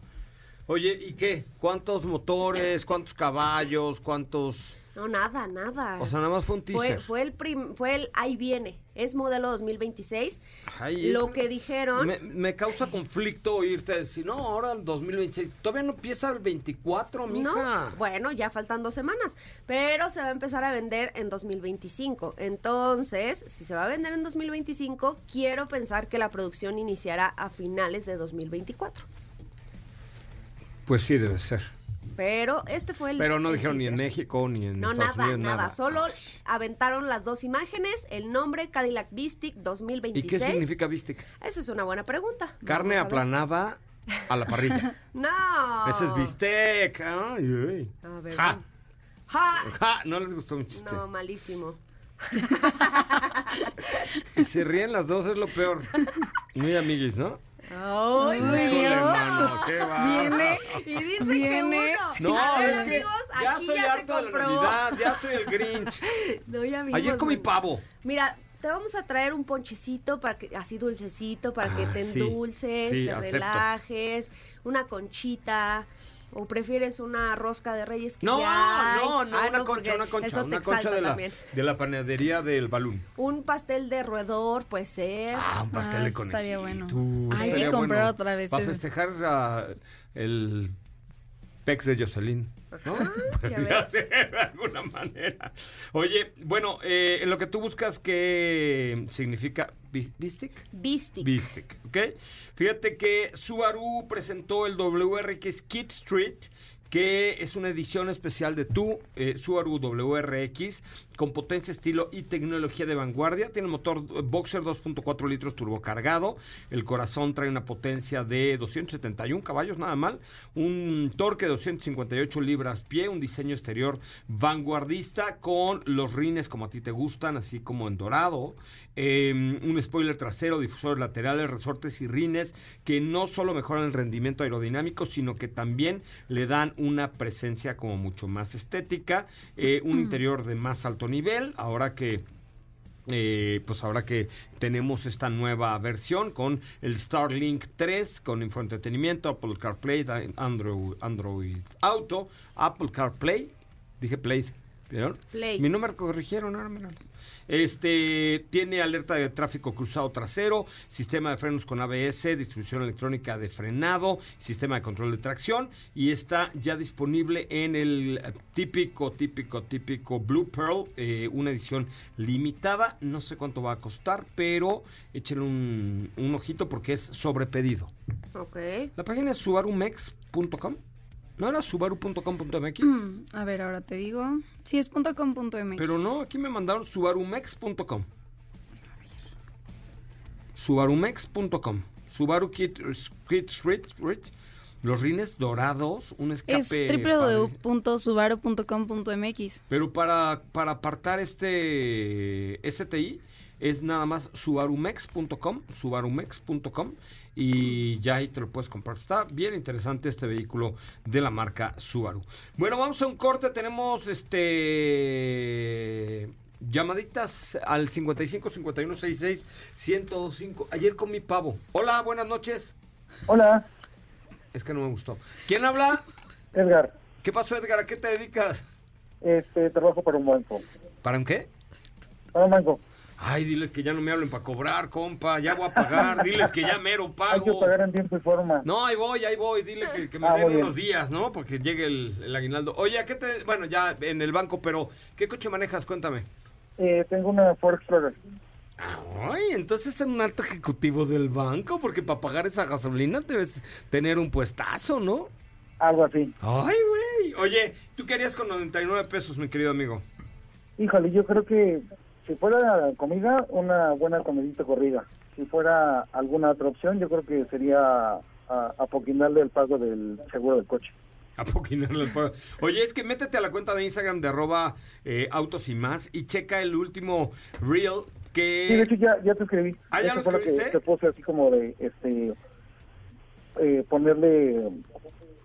Speaker 2: oye, ¿y qué? ¿Cuántos motores? ¿Cuántos caballos? ¿Cuántos...?
Speaker 3: No, nada, nada.
Speaker 2: O sea, nada más fue un teaser.
Speaker 3: fue, fue el prim- fue el ahí viene, es modelo 2026.
Speaker 2: Ay,
Speaker 3: lo
Speaker 2: es-
Speaker 3: que dijeron,
Speaker 2: Me, me causa conflicto oírte decir, no, ahora el 2026. Todavía no empieza el 24, mija.
Speaker 3: No, bueno, ya faltan dos semanas, pero se va a empezar a vender en 2025. Entonces, si se va a vender en 2025, quiero pensar que la producción iniciará a finales de 2024.
Speaker 2: Pues sí, debe ser.
Speaker 3: Pero este fue el...
Speaker 2: Pero no
Speaker 3: el
Speaker 2: dijeron ni en
Speaker 3: teaser.
Speaker 2: México, ni en
Speaker 3: No,
Speaker 2: Estados
Speaker 3: nada,
Speaker 2: Unidos,
Speaker 3: nada,
Speaker 2: nada.
Speaker 3: Solo
Speaker 2: Ay.
Speaker 3: aventaron las dos imágenes, el nombre Cadillac Vistic
Speaker 2: ¿Y
Speaker 3: 2026.
Speaker 2: qué significa Vistic?
Speaker 3: Esa es una buena pregunta.
Speaker 2: Carne
Speaker 3: Vamos a ver.
Speaker 2: aplanada a la
Speaker 3: *laughs*
Speaker 2: parrilla.
Speaker 3: No.
Speaker 2: Ese es bistec. Ay, ay.
Speaker 3: A ver,
Speaker 2: Ja,
Speaker 3: Ja.
Speaker 2: ja, no les gustó un chiste.
Speaker 3: No, malísimo.
Speaker 2: Y se ríen las dos, es lo peor. Muy amiguis, ¿no?
Speaker 3: Ay,
Speaker 2: Híjole, mano, qué bárbaro.
Speaker 4: Viene.
Speaker 3: Y dice
Speaker 4: Viene.
Speaker 3: que uno.
Speaker 2: No,
Speaker 3: A ver,
Speaker 2: es que
Speaker 3: amigos,
Speaker 2: ya
Speaker 3: aquí
Speaker 2: estoy
Speaker 3: ya se
Speaker 2: harto de la
Speaker 3: comprobó.
Speaker 2: Navidad, ya soy el
Speaker 3: *laughs*
Speaker 2: Grinch.
Speaker 3: No, ya vimos,
Speaker 2: Ayer comí
Speaker 3: mano.
Speaker 2: pavo.
Speaker 3: Mira, te vamos a traer un ponchecito para que así dulcecito para que
Speaker 2: Ah,
Speaker 3: te
Speaker 2: sí.
Speaker 3: endulces,
Speaker 2: Sí,
Speaker 3: te
Speaker 2: acepto.
Speaker 3: relajes, una conchita. ¿O prefieres una rosca de reyes que
Speaker 2: No,
Speaker 3: ya hay?
Speaker 2: no, no,
Speaker 3: Ah,
Speaker 2: una
Speaker 3: porque
Speaker 2: concha, una concha,
Speaker 3: eso te
Speaker 2: una concha
Speaker 3: exalta
Speaker 2: de la,
Speaker 3: también.
Speaker 2: de la panadería del balón.
Speaker 3: Un pastel de roedor, puede ser.
Speaker 2: Ah, un pastel
Speaker 4: Ah,
Speaker 2: de
Speaker 4: eso
Speaker 2: conejito.
Speaker 4: estaría bueno. Hay que
Speaker 2: estaría
Speaker 4: comprar otra vez
Speaker 2: Para
Speaker 4: ese.
Speaker 2: festejar ah, el pex de Jocelyn. ¿no?
Speaker 3: ya
Speaker 2: *laughs* Podría
Speaker 3: ves.
Speaker 2: ser de alguna manera. Oye, bueno, eh, en lo que tú buscas, ¿qué significa bis- bistic?
Speaker 3: Bistic.
Speaker 2: Bistic, ¿ok? Fíjate que Subaru presentó el WRX Kid Street, que es una edición especial de tu eh, Subaru WRX con potencia, estilo y tecnología de vanguardia. Tiene motor eh, boxer 2.4 litros turbocargado. El corazón trae una potencia de 271 caballos, nada mal. Un torque de 258 libras-pie. Un diseño exterior vanguardista con los rines como a ti te gustan, así como en dorado. eh, un spoiler trasero, difusores laterales, resortes y rines que no solo mejoran el rendimiento aerodinámico, sino que también le dan una presencia como mucho más estética. eh, un interior de más alto nivel. Ahora que eh, pues ahora que tenemos esta nueva versión con el Starlink 3, con infoentretenimiento, Apple CarPlay, da- Android, Android Auto, Apple CarPlay, dije Play, ¿vieron?
Speaker 3: Play.
Speaker 2: Mi número corrigieron, ahora me lo- Este, tiene alerta de tráfico cruzado trasero, sistema de frenos con ABS, distribución electrónica de frenado, sistema de control de tracción y está ya disponible en el eh, típico, típico, típico Blue Pearl, eh, una edición limitada. No sé cuánto va a costar, pero échenle un, un ojito porque es sobre pedido.
Speaker 3: Ok.
Speaker 2: La página es subarumex.com. ¿No era subaru.com.mx?
Speaker 4: Mm, a ver, ahora te digo. Sí, es .com.mx.
Speaker 2: Pero no, aquí me mandaron subarumex.com. Subarumex.com. Subaru Kit, Kit Street, Street. Los rines dorados, un escape.
Speaker 4: Es
Speaker 2: padrísimo.
Speaker 4: www.subaru.com.mx.
Speaker 2: Pero para, para apartar este STI es nada más subarumex.com, subarumex.com y ya ahí te lo puedes comprar. Está bien interesante este vehículo de la marca Subaru. Bueno, vamos a un corte, tenemos este llamaditas al 55 51 66 1025. Ayer comí pavo. Hola, buenas noches.
Speaker 8: Hola,
Speaker 2: Es que no me gustó. ¿Quién habla?
Speaker 8: Edgar.
Speaker 2: ¿Qué pasó, Edgar? ¿A qué te dedicas?
Speaker 8: Este, trabajo para un banco.
Speaker 2: ¿Para un qué?
Speaker 8: Para un banco.
Speaker 2: Ay, diles que ya no me hablen para cobrar, compa, ya voy a pagar, diles que ya mero
Speaker 8: *laughs* Hay que
Speaker 2: pago.
Speaker 8: pagar en tiempo y forma.
Speaker 2: No, ahí voy, ahí voy, dile que, que me
Speaker 8: Ah, muy
Speaker 2: den
Speaker 8: bien.
Speaker 2: unos días, ¿no? Porque llegue el, el aguinaldo. Oye, ¿a ¿qué te...? Bueno, ya en el banco, pero ¿qué coche manejas? Cuéntame.
Speaker 8: Eh, tengo una Ford Explorer.
Speaker 2: Ay, entonces es un alto ejecutivo del banco, porque para pagar esa gasolina debes tener un puestazo, ¿no?
Speaker 8: Algo así.
Speaker 2: Ay, güey. Oye, tú querías con 99 pesos, mi querido amigo.
Speaker 8: Híjole, yo creo que si fuera comida, una buena comidita corrida. Si fuera alguna otra opción, yo creo que sería a- apoquinarle el pago del seguro del coche.
Speaker 2: *laughs* A poquinarle al pueblo. Oye, es que métete a la cuenta de Instagram de arroba eh, autos y más y checa el último reel
Speaker 8: Sí, de hecho
Speaker 2: que...
Speaker 8: ya, ya te escribí.
Speaker 2: Ah, ¿ya
Speaker 8: Eso
Speaker 2: lo
Speaker 8: fue que
Speaker 2: escribiste?
Speaker 8: te puse así como de, este, eh, ponerle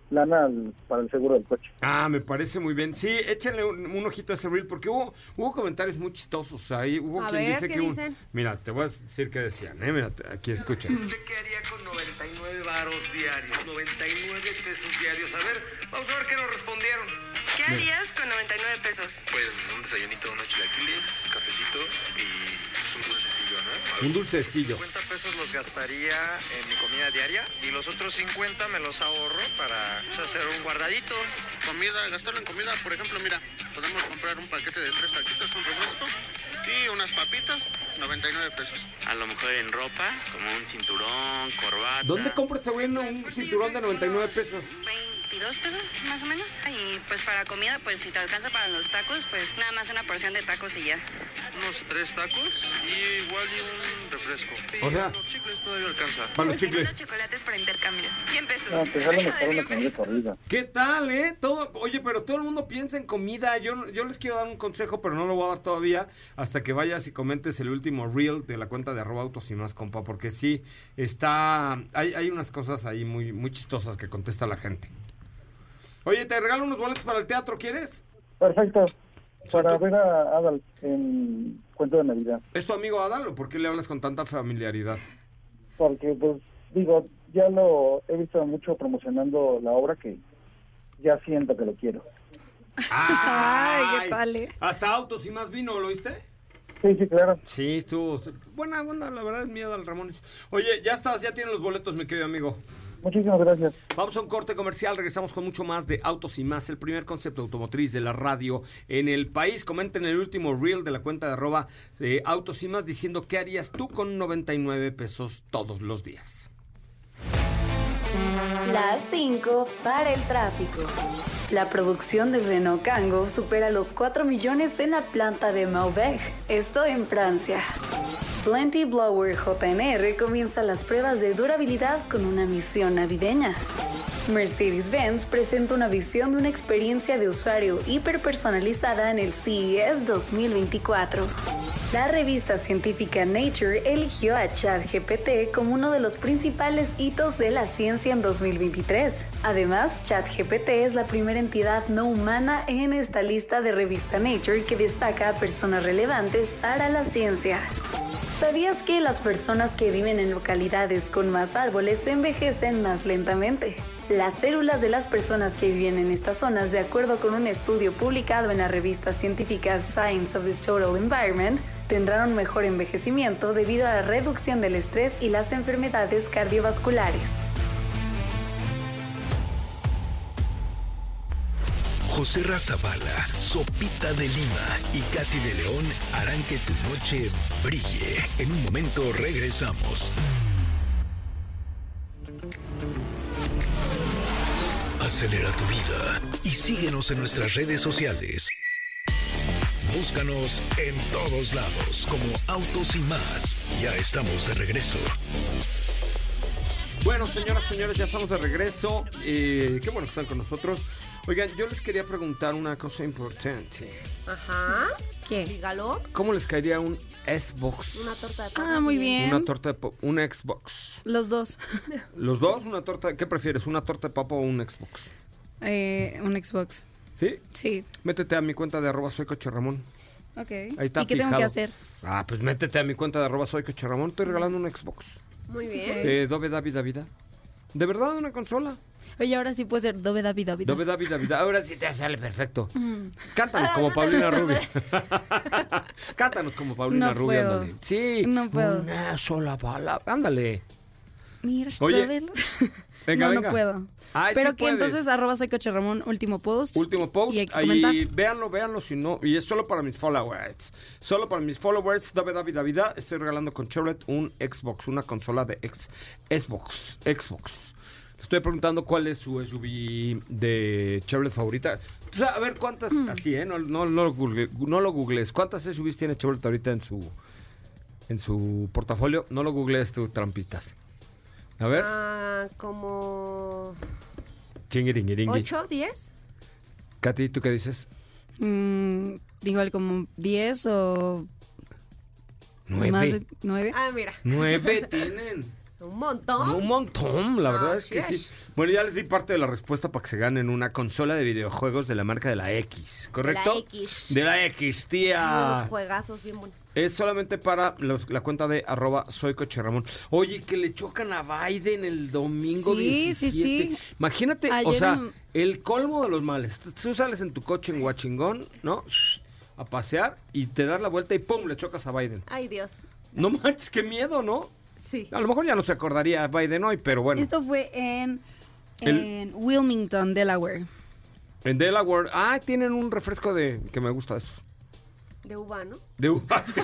Speaker 8: lana al- para el seguro del coche.
Speaker 2: Ah, me parece muy bien. Sí, échenle un, un ojito a ese reel porque hubo, hubo comentarios muy chistosos ahí. Hubo
Speaker 3: A
Speaker 2: quien
Speaker 3: ver,
Speaker 2: dice
Speaker 3: ¿qué
Speaker 2: que... un-
Speaker 3: dicen?
Speaker 2: Mira, te voy a decir qué decían, ¿eh? Mira, te- aquí escuchen.
Speaker 9: ¿Usted qué haría con 99 varos diarios? 99 pesos diarios. A ver, vamos a ver qué nos respondieron.
Speaker 10: ¿Qué harías con 99 pesos?
Speaker 9: Pues un desayunito, unos chilaquiles, cafecito y pues, un dulcecillo, ¿no?
Speaker 2: Un dulcecillo.
Speaker 10: 50 pesos los gastaría en mi comida diaria y los otros 50 me los ahorro para pues, hacer un guardadito.
Speaker 9: Comida, gastarlo en comida, por ejemplo, mira, podemos comprar un paquete de tres taquitas con refresco y unas papitas, 99 pesos.
Speaker 10: A lo mejor en ropa, como un cinturón, corbata.
Speaker 2: ¿Dónde compra ese güey un cinturón de 99 pesos?
Speaker 11: 22 pesos más o menos. Y pues para comida, pues si te alcanza para los tacos, pues nada más una porción de tacos y ya.
Speaker 9: Unos tres tacos y igual y un refresco.
Speaker 2: O sea-
Speaker 9: los chicles todavía alcanza.
Speaker 2: Para los chicles.
Speaker 11: unos chocolates para intercambio. 100 pesos.
Speaker 8: No, pues a lo mejor una comida corrida.
Speaker 2: ¿Qué tal, eh? Todo, oye, pero todo el mundo piensa en comida. Yo, no- yo les quiero dar un consejo, pero no lo voy a dar todavía hasta que vayas y comentes el último reel de la cuenta de arroba autos y más, compa, porque sí, está... Hay, hay unas cosas ahí muy, muy chistosas que contesta la gente. Oye, te regalo unos boletos para el teatro, ¿quieres?
Speaker 8: Perfecto. Para
Speaker 2: Exacto.
Speaker 8: ver a Adal en cuento de Navidad.
Speaker 2: ¿Es tu amigo Adal o por qué le hablas con tanta familiaridad?
Speaker 8: Porque, pues, digo, ya lo he visto mucho promocionando la obra que ya siento que lo quiero.
Speaker 4: Ay, qué tal, eh.
Speaker 2: Hasta autos y más vino, ¿lo oíste?
Speaker 8: Sí, sí, claro.
Speaker 2: Sí, estuvo... Buena onda, la verdad, es miedo al Ramones. Oye, ya estás, ya tienes los boletos, mi querido amigo.
Speaker 8: Muchísimas gracias.
Speaker 2: Vamos a un corte comercial, regresamos con mucho más de Autos y Más, el primer concepto automotriz de la radio en el país. Comenten el último reel de la cuenta de arroba de Autos y Más diciendo qué harías tú con 99 pesos todos los días.
Speaker 12: Las 5 para el tráfico. La producción del Renault Kangoo supera los 4 millones en la planta de Maubeuge, esto en Francia. Plenty Blower JNR comienza las pruebas de durabilidad con una misión navideña. Mercedes-Benz presenta una visión de una experiencia de usuario hiperpersonalizada en el E CES 2024. La revista científica Nature eligió a ChatGPT como uno de los principales hitos de la ciencia en 2023. Además, ChatGPT es la primera entidad no humana en esta lista de revista Nature que destaca a personas relevantes para la ciencia. ¿Sabías que las personas que viven en localidades con más árboles envejecen más lentamente? Las células de las personas que viven en estas zonas, de acuerdo con un estudio publicado en la revista científica Science of the Total Environment, tendrán un mejor envejecimiento debido a la reducción del estrés y las enfermedades cardiovasculares.
Speaker 1: José Razabala, Sopita de Lima y Katy de León harán que tu noche brille. En un momento regresamos. Acelera tu vida y síguenos en nuestras redes sociales. Búscanos en todos lados como Autos y más. Ya estamos de regreso.
Speaker 2: Bueno, señoras, señores, ya estamos de regreso. Eh, qué bueno que están con nosotros. Oigan, yo les quería preguntar una cosa importante.
Speaker 3: Ajá. ¿Qué? Dígalo.
Speaker 2: ¿Cómo les caería un Xbox?
Speaker 3: Una torta de papa.
Speaker 4: Ah, muy bien.
Speaker 2: Una torta de pop, un Xbox.
Speaker 4: Los dos. *laughs*
Speaker 2: ¿Los dos? ¿Una torta? ¿Qué prefieres? ¿Una torta de papa o un Xbox?
Speaker 4: Eh, un Xbox.
Speaker 2: ¿Sí?
Speaker 4: Sí.
Speaker 2: Métete a mi cuenta de arroba soy Coche Ramón.
Speaker 4: Ok.
Speaker 2: Ahí está
Speaker 4: ¿Y qué tengo
Speaker 2: fijado.
Speaker 4: que hacer?
Speaker 2: Ah, pues métete a mi cuenta de arroba soy Coche Ramón. Estoy regalando un Xbox.
Speaker 3: Muy bien.
Speaker 2: Eh, Dove David Davida. ¿De verdad una consola?
Speaker 4: Oye, ahora sí puede ser Dove David David.
Speaker 2: Dove David Davida. Ahora sí te sale perfecto.
Speaker 4: Mm.
Speaker 2: Cántanos como Paulina Rubio. *laughs* Cántanos como Paulina
Speaker 4: No
Speaker 2: Rubio,
Speaker 4: puedo.
Speaker 2: ándale. Sí.
Speaker 4: No puedo.
Speaker 2: Una sola bala. Ándale.
Speaker 4: Mira,
Speaker 2: Oye,
Speaker 4: Stradel.
Speaker 2: venga,
Speaker 4: *laughs* no,
Speaker 2: venga.
Speaker 4: no puedo.
Speaker 2: Ay,
Speaker 4: Pero
Speaker 2: sí
Speaker 4: que
Speaker 2: puedes.
Speaker 4: entonces arroba soy coche Ramón, último post.
Speaker 2: Último post.
Speaker 4: Y hay que comentar.
Speaker 2: Ahí, véanlo, véanlo si no. Y es solo para mis followers. Solo para mis followers. David, David, David. Estoy regalando con Chevrolet un Xbox, una consola de ex- Xbox. Xbox. Estoy preguntando cuál es su SUV de Chevrolet favorita. O sea, a ver cuántas.
Speaker 4: Mm.
Speaker 2: Así, ¿eh? No, no, no lo google- no lo googlees. ¿Cuántas SUVs tiene Chevrolet ahorita en su, en su portafolio? No lo googlees tú, trampitas. A ver.
Speaker 3: Ah, como.
Speaker 2: Chingiringiringui.
Speaker 3: ¿Ocho? ¿Diez?
Speaker 2: Katy, ¿tú qué dices?
Speaker 4: Mm, igual como 10 o
Speaker 2: Nueve.
Speaker 4: más de 9.
Speaker 3: Ah, mira.
Speaker 2: Nueve tienen.
Speaker 3: Un montón.
Speaker 2: Un montón, la verdad es
Speaker 3: Así
Speaker 2: que sí. Bueno, ya les di parte de la respuesta para que se ganen una consola de videojuegos de la marca de la X, ¿correcto?
Speaker 3: La X.
Speaker 2: De la X,
Speaker 3: Unos
Speaker 2: tía.
Speaker 3: juegazos bien buenos.
Speaker 2: Es solamente para los- la cuenta de arroba soycocherramón. Oye, que le chocan a Biden el domingo
Speaker 4: Sí,
Speaker 2: 17.
Speaker 4: sí, sí.
Speaker 2: Imagínate, o
Speaker 4: Ayer
Speaker 2: sea,
Speaker 4: en-
Speaker 2: el colmo de los males. Tú- Tú sales en tu coche en Huachingón, ¿no? A pasear y te das la vuelta y ¡pum! le chocas a Biden.
Speaker 3: Ay, Dios.
Speaker 2: No *laughs* manches, qué miedo, ¿no?
Speaker 3: Sí.
Speaker 2: A lo mejor ya no se acordaría Biden hoy, pero bueno.
Speaker 4: Esto fue en,
Speaker 2: El-
Speaker 4: en Wilmington, Delaware.
Speaker 2: En Delaware. Ah, tienen un refresco de que me gusta eso.
Speaker 3: De uva, ¿no?
Speaker 2: De *laughs* uva.
Speaker 3: *laughs*
Speaker 2: sí.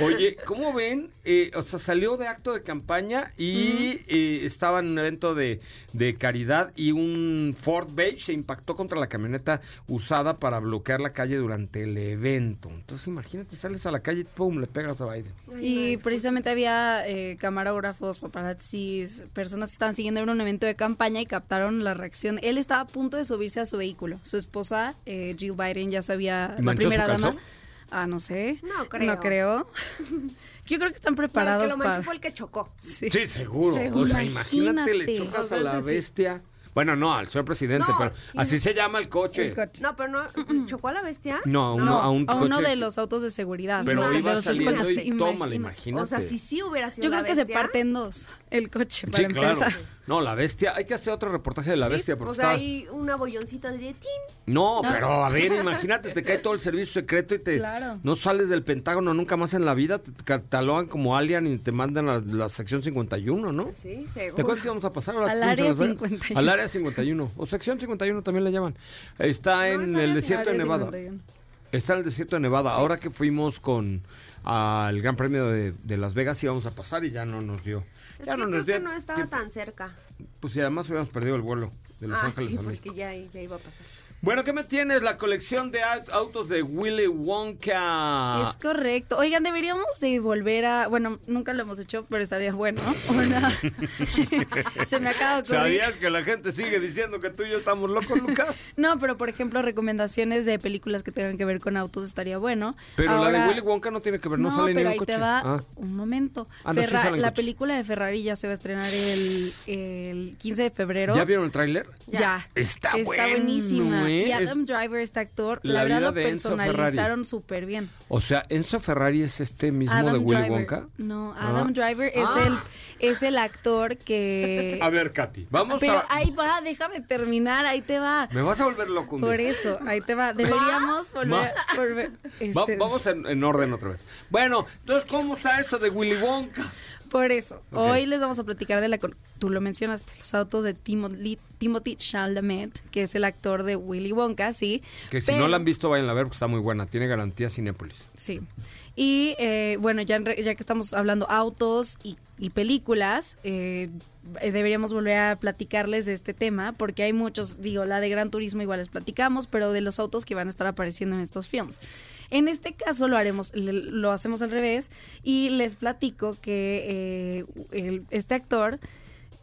Speaker 2: Oye, ¿cómo ven? Eh, o sea, salió de acto de campaña y eh, estaba en un evento de, de caridad y un Ford Beige se impactó contra la camioneta usada para bloquear la calle durante el evento. Entonces, imagínate, sales a la calle y pum, le pegas a Biden.
Speaker 4: Y precisamente había eh, camarógrafos, paparazzis, personas que estaban siguiendo en un evento de campaña y captaron la reacción. Él estaba a punto de subirse a su vehículo. Su esposa, eh, Jill Biden, ya sabía, la
Speaker 2: ¿Manchó su
Speaker 4: primera
Speaker 2: calzón?
Speaker 4: dama. Ah, no sé.
Speaker 3: No creo. *laughs*
Speaker 4: No creo. Yo creo que están
Speaker 3: Pero el
Speaker 4: preparados
Speaker 3: que lo manchó
Speaker 4: para...
Speaker 3: fue el que chocó.
Speaker 4: *laughs* Sí,
Speaker 2: seguro. O sea, imagínate, le chocas a
Speaker 3: O sea,
Speaker 2: la
Speaker 3: sí, sí.
Speaker 2: bestia. Bueno, no, al señor presidente,
Speaker 3: No,
Speaker 2: pero así se llama el coche.
Speaker 3: No, pero no. ¿Chocó a la bestia?
Speaker 2: No, a uno- a un
Speaker 4: uno
Speaker 2: coche-
Speaker 4: de los autos de seguridad.
Speaker 2: Pero
Speaker 4: ¿no? O sea,
Speaker 2: iba
Speaker 4: de los
Speaker 2: saliendo
Speaker 4: escuelas.
Speaker 2: y tómala, imagínate.
Speaker 3: O sea, si sí hubiera sido
Speaker 4: Yo
Speaker 3: la
Speaker 4: creo que se
Speaker 3: bestia,
Speaker 4: parte en dos el coche para empezar.
Speaker 2: No, la bestia, hay que hacer otro reportaje de la bestia porque
Speaker 3: O sea,
Speaker 2: está-
Speaker 3: hay una bolloncita de tin.
Speaker 2: No,
Speaker 3: Ah.
Speaker 2: pero a ver, imagínate, te cae todo el servicio secreto y te
Speaker 3: Claro.
Speaker 2: no sales del Pentágono nunca más en la vida, te catalogan como alien y te mandan a la sección 51, ¿no?
Speaker 3: Sí, seguro.
Speaker 2: ¿Te acuerdas que íbamos a pasar ahora?
Speaker 3: Al
Speaker 2: tú en
Speaker 3: área
Speaker 2: San Rafael?
Speaker 3: 51.
Speaker 2: Al área 51, o sección 51 también la llaman. Está en el desierto de Nevada. Está en el desierto de Nevada. Ahora que fuimos con al Gran Premio de, de Las Vegas íbamos a pasar y ya no nos dio.
Speaker 3: Es
Speaker 2: ya
Speaker 3: que
Speaker 2: no
Speaker 3: creo
Speaker 2: nos
Speaker 3: que
Speaker 2: dio
Speaker 3: no estaba
Speaker 2: tiempo.
Speaker 3: tan cerca.
Speaker 2: Pues y además hubiéramos perdido el vuelo de Los
Speaker 3: ah,
Speaker 2: Ángeles
Speaker 3: sí,
Speaker 2: a México.
Speaker 3: porque ya, ya iba a pasar.
Speaker 2: Bueno, ¿qué me tienes? La colección de aut- autos de Willy Wonka.
Speaker 4: Es correcto. Oigan, deberíamos de volver a... Bueno, nunca lo hemos hecho, pero estaría bueno. *laughs*
Speaker 2: *laughs*
Speaker 4: Una- Se me acaba de ocurrir.
Speaker 2: ¿Sabías que la gente sigue diciendo que tú y yo estamos locos, Lucas?
Speaker 4: *laughs* No, pero por ejemplo, recomendaciones de películas que tengan que ver con autos estaría bueno.
Speaker 2: Pero la
Speaker 4: Ahora-
Speaker 2: de Willy Wonka no tiene que ver, no,
Speaker 4: No,
Speaker 2: sale ni
Speaker 4: pero
Speaker 2: un
Speaker 4: ahí
Speaker 2: coche.
Speaker 4: te va
Speaker 2: Ah.
Speaker 4: un momento.
Speaker 2: Ah, no, sí
Speaker 4: Ferra-
Speaker 2: salen
Speaker 4: la
Speaker 2: coches.
Speaker 4: película de Ferrari ya se va a estrenar el, el 15 de febrero.
Speaker 2: ¿Ya vieron el tráiler?
Speaker 4: Ya.
Speaker 2: Está, bueno,
Speaker 4: buenísima.
Speaker 2: ¿eh?
Speaker 4: Y
Speaker 2: Es-
Speaker 4: Adam Driver, este actor,
Speaker 2: La
Speaker 4: la, verdad
Speaker 2: vida
Speaker 4: lo
Speaker 2: de Enzo Ferrari.
Speaker 4: personalizaron súper bien.
Speaker 2: O sea, Enzo Ferrari es este mismo
Speaker 4: Adam
Speaker 2: de Willy
Speaker 4: Driver.
Speaker 2: Wonka.
Speaker 4: No,
Speaker 2: Ah.
Speaker 4: Adam Driver es
Speaker 2: Ah.
Speaker 4: el es el
Speaker 2: *laughs*
Speaker 4: actor que
Speaker 2: A ver, Katy, vamos
Speaker 4: Pero
Speaker 2: a.
Speaker 4: ahí va, déjame terminar, ahí te va.
Speaker 2: Me vas a volver loco un día.
Speaker 4: Por eso, ahí te va. Deberíamos volver, volver-
Speaker 2: Va-
Speaker 4: este,
Speaker 2: vamos en, en orden otra vez. Bueno, entonces, ¿cómo está eso de Willy Wonka?
Speaker 4: Por eso,
Speaker 2: Ok.
Speaker 4: hoy les vamos a platicar de la... col- Tú lo mencionaste, los autos de Timothy, Timothy Chalamet, que es el actor de Willy Wonka, sí.
Speaker 2: Que si no
Speaker 4: pero-
Speaker 2: la han visto, vayan a ver porque está muy buena. Tiene garantía Cinépolis.
Speaker 4: Sí. Y eh, bueno, ya, en re- ya que estamos hablando autos y, y películas, eh, eh, deberíamos volver a platicarles de este tema, porque hay muchos, digo, la de Gran Turismo igual les platicamos, pero de los autos que van a estar apareciendo en estos films. En este caso lo haremos, le- lo hacemos al revés, y les platico que eh, el- este actor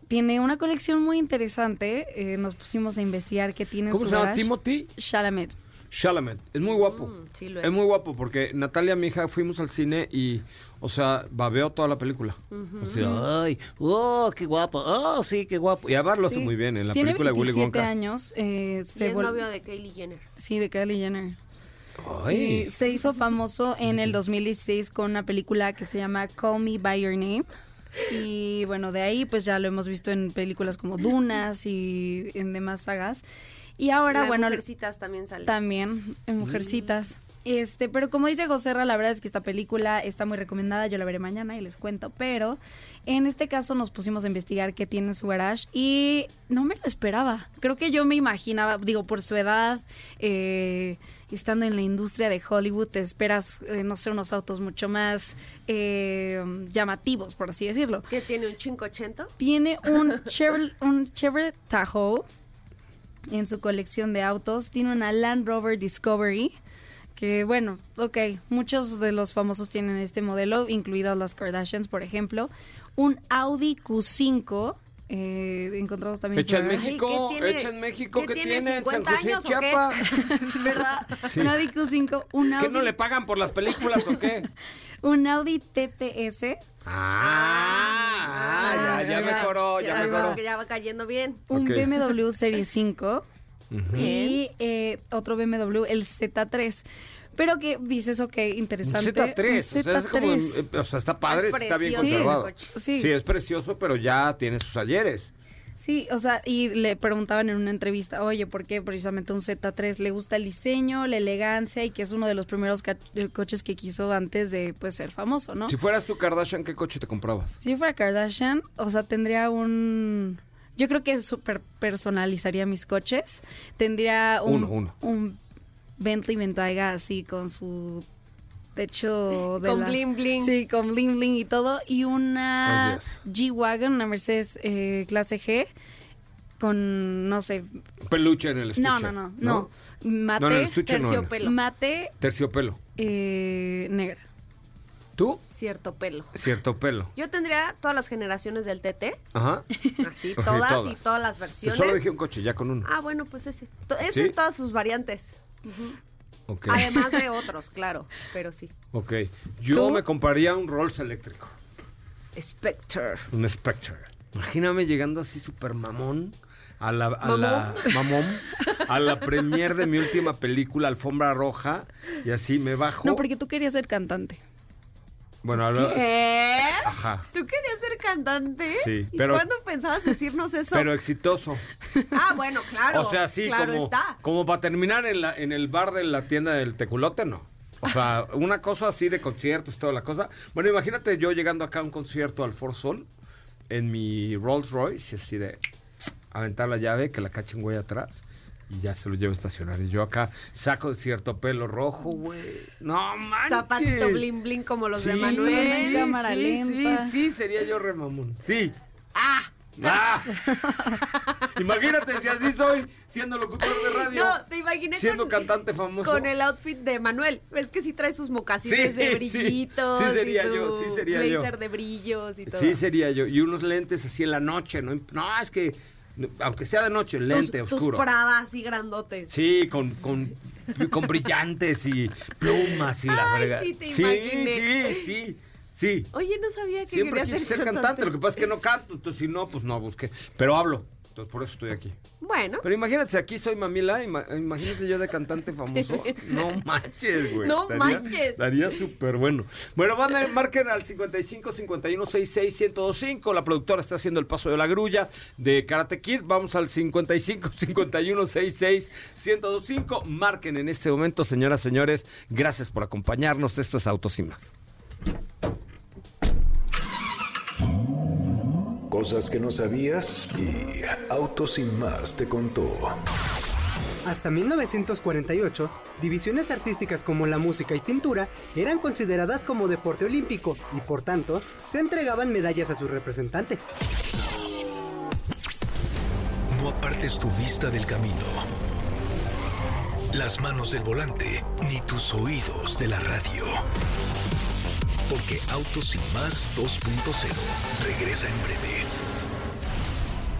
Speaker 4: tiene una colección muy interesante. eh, nos pusimos a investigar qué tiene en
Speaker 2: ¿Cómo
Speaker 4: su
Speaker 2: se llama?
Speaker 4: garage.
Speaker 2: Timothy
Speaker 4: Chalamet.
Speaker 2: Chalamet. Es muy guapo.
Speaker 3: Sí, lo
Speaker 2: es. muy guapo porque Natalia, mi hija, fuimos al cine y, o sea, babeó toda la película. O sea, ay, oh, qué guapo. Oh, sí, qué guapo. Y además lo hace
Speaker 4: Sí.
Speaker 2: muy bien en la
Speaker 4: Tiene
Speaker 2: película de Willy
Speaker 4: 27
Speaker 2: Wonka.
Speaker 4: años. eh,
Speaker 3: Y
Speaker 4: se
Speaker 3: es
Speaker 4: vol-
Speaker 3: novio de Kylie Jenner.
Speaker 4: Sí, de Kylie Jenner.
Speaker 2: Ay.
Speaker 4: Y se hizo famoso en el 2016 con una película que se llama Call Me By Your Name. Y bueno, de ahí pues ya lo hemos visto en películas como Dunas y en demás sagas. Y ahora,
Speaker 3: La de
Speaker 4: bueno,
Speaker 3: Mujercitas también sale.
Speaker 4: también en Mujercitas. Este, pero como dice Joserra, la verdad es que esta película está muy recomendada, yo la veré mañana y les cuento, pero en este caso nos pusimos a investigar qué tiene en su garage y no me lo esperaba. Creo que yo me imaginaba, digo, por su edad, eh, estando en la industria de Hollywood, te esperas, eh, no sé, unos autos mucho más eh, llamativos, por así decirlo.
Speaker 3: ¿Qué tiene un 580?
Speaker 4: Tiene un Chevrolet, un Chevrolet Tahoe en su colección de autos. Tiene una Land Rover Discovery. Que bueno, ok, muchos de los famosos tienen este modelo, incluidas las Kardashians, por ejemplo. Un Audi Q5. eh, encontramos también.
Speaker 2: Echa en
Speaker 4: su-
Speaker 2: México,
Speaker 3: ¿qué tiene-
Speaker 2: echa en México,
Speaker 3: qué
Speaker 2: ¿qué
Speaker 3: tiene,
Speaker 2: tiene? En San
Speaker 3: 50
Speaker 2: José,
Speaker 3: años o qué?
Speaker 2: Chiapas.
Speaker 4: *laughs* es verdad.
Speaker 2: Sí.
Speaker 4: Un Audi Q5, un
Speaker 2: ¿Qué
Speaker 4: Audi,
Speaker 2: no le pagan por las películas o qué?
Speaker 4: un Audi TTS,
Speaker 2: Ah, ya, ya
Speaker 4: ahí va.
Speaker 2: mejoró, ya
Speaker 4: Ahí va.
Speaker 2: mejoró.
Speaker 3: Que ya va cayendo bien.
Speaker 4: un
Speaker 2: Ok.
Speaker 4: BMW
Speaker 2: *laughs*
Speaker 4: Serie 5.
Speaker 3: Bien.
Speaker 4: y eh, otro BMW, el Z3. Pero que dices, ok,
Speaker 2: Un
Speaker 4: interesante.
Speaker 2: Z3,
Speaker 4: un
Speaker 2: o sea, es como,
Speaker 4: Z3.
Speaker 2: eh, o sea, está padre,
Speaker 3: Es
Speaker 2: está bien
Speaker 3: precioso
Speaker 2: conservado.
Speaker 3: ese coche.
Speaker 4: Sí.
Speaker 2: Sí, es precioso, pero ya tiene sus ayeres.
Speaker 4: Sí, o sea, y le preguntaban en una entrevista, oye, ¿por qué precisamente un Z3? ¿Le gusta el diseño, la elegancia y que es uno de los primeros ca- eh, coches que quiso antes de pues, ser famoso, no?
Speaker 2: Si fueras tú Kardashian, ¿qué coche te comprabas?
Speaker 4: Si yo fuera Kardashian, o sea, tendría un... Yo creo que super personalizaría mis coches. Tendría un,
Speaker 2: Uno, uno.
Speaker 4: un Bentley Ventaiga así con su techo de
Speaker 3: Con
Speaker 4: la-
Speaker 3: bling bling.
Speaker 4: Sí, con bling bling y todo. Y una
Speaker 2: Oh,
Speaker 4: G-Wagon, una Mercedes eh, clase G con, no sé...
Speaker 2: Un Peluche en el estuche.
Speaker 4: No, no, no, no.
Speaker 2: No, en el
Speaker 4: Mate,
Speaker 2: estuche no, en el-
Speaker 3: terciopelo.
Speaker 4: mate
Speaker 2: Terciopelo.
Speaker 4: eh, negra.
Speaker 2: ¿Tú?
Speaker 3: Cierto pelo.
Speaker 2: Cierto pelo.
Speaker 3: Yo tendría todas las generaciones del TT,
Speaker 4: *laughs*
Speaker 2: Ajá.
Speaker 3: así,
Speaker 2: *laughs* Ok,
Speaker 3: todas, y
Speaker 2: todas.
Speaker 3: todas las
Speaker 2: Yo
Speaker 3: versiones.
Speaker 2: solo dejé un coche, ya con uno.
Speaker 3: Ah, bueno, pues ese. To- ese
Speaker 2: ¿Sí?
Speaker 3: en todas sus variantes.
Speaker 2: Ok. *laughs*
Speaker 3: Además de otros, claro, pero sí.
Speaker 2: Ok. Yo me compraría un Rolls eléctrico.
Speaker 3: Spectre.
Speaker 2: Un Spectre. Imagíname llegando así super mamón a la, a la *laughs* mamón a la premier de mi última película, Alfombra Roja, y así me bajo.
Speaker 4: No, porque tú querías ser cantante.
Speaker 2: Bueno, a la-
Speaker 3: ¿Qué?
Speaker 2: ajá.
Speaker 3: ¿Tú querías ser cantante?
Speaker 2: Sí,
Speaker 3: ¿Y
Speaker 2: pero-
Speaker 3: cuándo
Speaker 2: *laughs*
Speaker 3: pensabas decirnos eso?
Speaker 2: Pero exitoso.
Speaker 3: Ah, bueno, claro.
Speaker 2: o sea, sí,
Speaker 3: claro
Speaker 2: como,
Speaker 3: está.
Speaker 2: como para terminar en, la, en el bar de la tienda del teculote, no. O
Speaker 3: *laughs*
Speaker 2: sea, una cosa así de conciertos, toda la cosa. Bueno, imagínate yo llegando acá a un concierto al For Sol en mi Rolls Royce, y así de aventar la llave, que la cachen güey atrás, Y ya se lo llevo a estacionar. Y yo acá saco cierto pelo rojo, güey. No manches.
Speaker 3: Zapatito blin blin como los de
Speaker 2: Sí,
Speaker 3: Manuel.
Speaker 2: sí,
Speaker 3: Cámara
Speaker 2: sí,
Speaker 3: lenta.
Speaker 2: Sí, sí, sería yo remamón. Sí.
Speaker 3: Ah. *laughs*
Speaker 2: Ah. Imagínate si así soy, siendo locutor de radio.
Speaker 3: No, te imaginé
Speaker 2: siendo
Speaker 3: con,
Speaker 2: cantante famoso.
Speaker 3: con el outfit de Manuel. Ves que sí trae sus mocasines
Speaker 2: Sí,
Speaker 3: de
Speaker 2: sí.
Speaker 3: brillitos.
Speaker 2: Sí sería
Speaker 3: y su
Speaker 2: yo, sí sería yo.
Speaker 3: blazer de brillos y todo.
Speaker 2: Sí, sería yo. Y unos lentes así en la noche, ¿no? No, es que, aunque sea de noche, lente
Speaker 3: tus,
Speaker 2: oscuro.
Speaker 3: Tus pradas así grandotes.
Speaker 2: Sí, con, con, con brillantes y plumas y la
Speaker 3: Ay,
Speaker 2: verga.
Speaker 3: sí, te
Speaker 2: sí,
Speaker 3: imaginé.
Speaker 2: sí, sí, sí.
Speaker 3: Oye, no sabía que
Speaker 2: Siempre
Speaker 3: querías
Speaker 2: quise ser cantante. lo que pasa es que no canto, entonces si no, pues no busqué. Pero hablo, entonces por eso estoy aquí.
Speaker 3: Bueno.
Speaker 2: Pero imagínate, si aquí soy mamila, ima- imagínate yo de
Speaker 3: *laughs*
Speaker 2: cantante famoso. No manches, güey.
Speaker 3: No
Speaker 2: Estaría-
Speaker 3: manches.
Speaker 2: Estaría súper bueno. Bueno, van a marquen al 55 51 66 1025. La productora está haciendo el paso de la grulla de Karate Kid. Vamos al *laughs* 55 51 66 1025. Marquen en este momento, señoras, señores. Gracias por acompañarnos. Esto es Autos y Más.
Speaker 1: Cosas que no sabías y Autos sin más te contó.
Speaker 6: Hasta 1948, divisiones artísticas como la música y pintura eran consideradas como deporte olímpico y por tanto se entregaban medallas a sus representantes.
Speaker 1: No apartes tu vista del camino, las manos del volante, ni tus oídos de la radio. Porque Autos sin más 2.0 regresa en breve.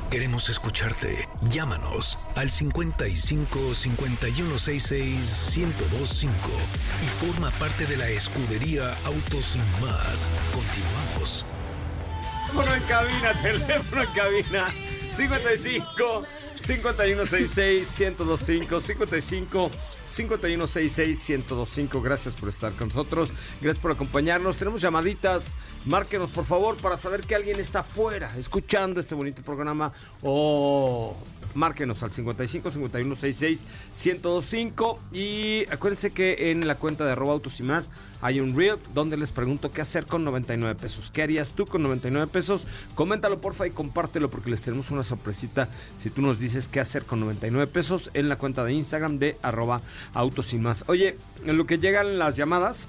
Speaker 1: Queremos escucharte. Llámanos al 55 5166 1025 y forma parte de la escudería Autos sin más. Continuamos.
Speaker 2: Teléfono en cabina, teléfono en cabina. 55 5166 1025 55 5166 1025. Gracias por estar con nosotros. Gracias por acompañarnos. Tenemos llamaditas. Márquenos, por favor, para saber que alguien está afuera escuchando este bonito programa. Oh. O márquenos al 55 5166 1025. Y acuérdense que en la cuenta de arroba autos y más hay un reel donde les pregunto qué hacer con 99 pesos. ¿Qué harías tú con 99 pesos? Coméntalo porfa y compártelo porque les tenemos una sorpresita si tú nos dices qué hacer con 99 pesos en la cuenta de Instagram de arroba autos y más. Oye, en lo que llegan las llamadas,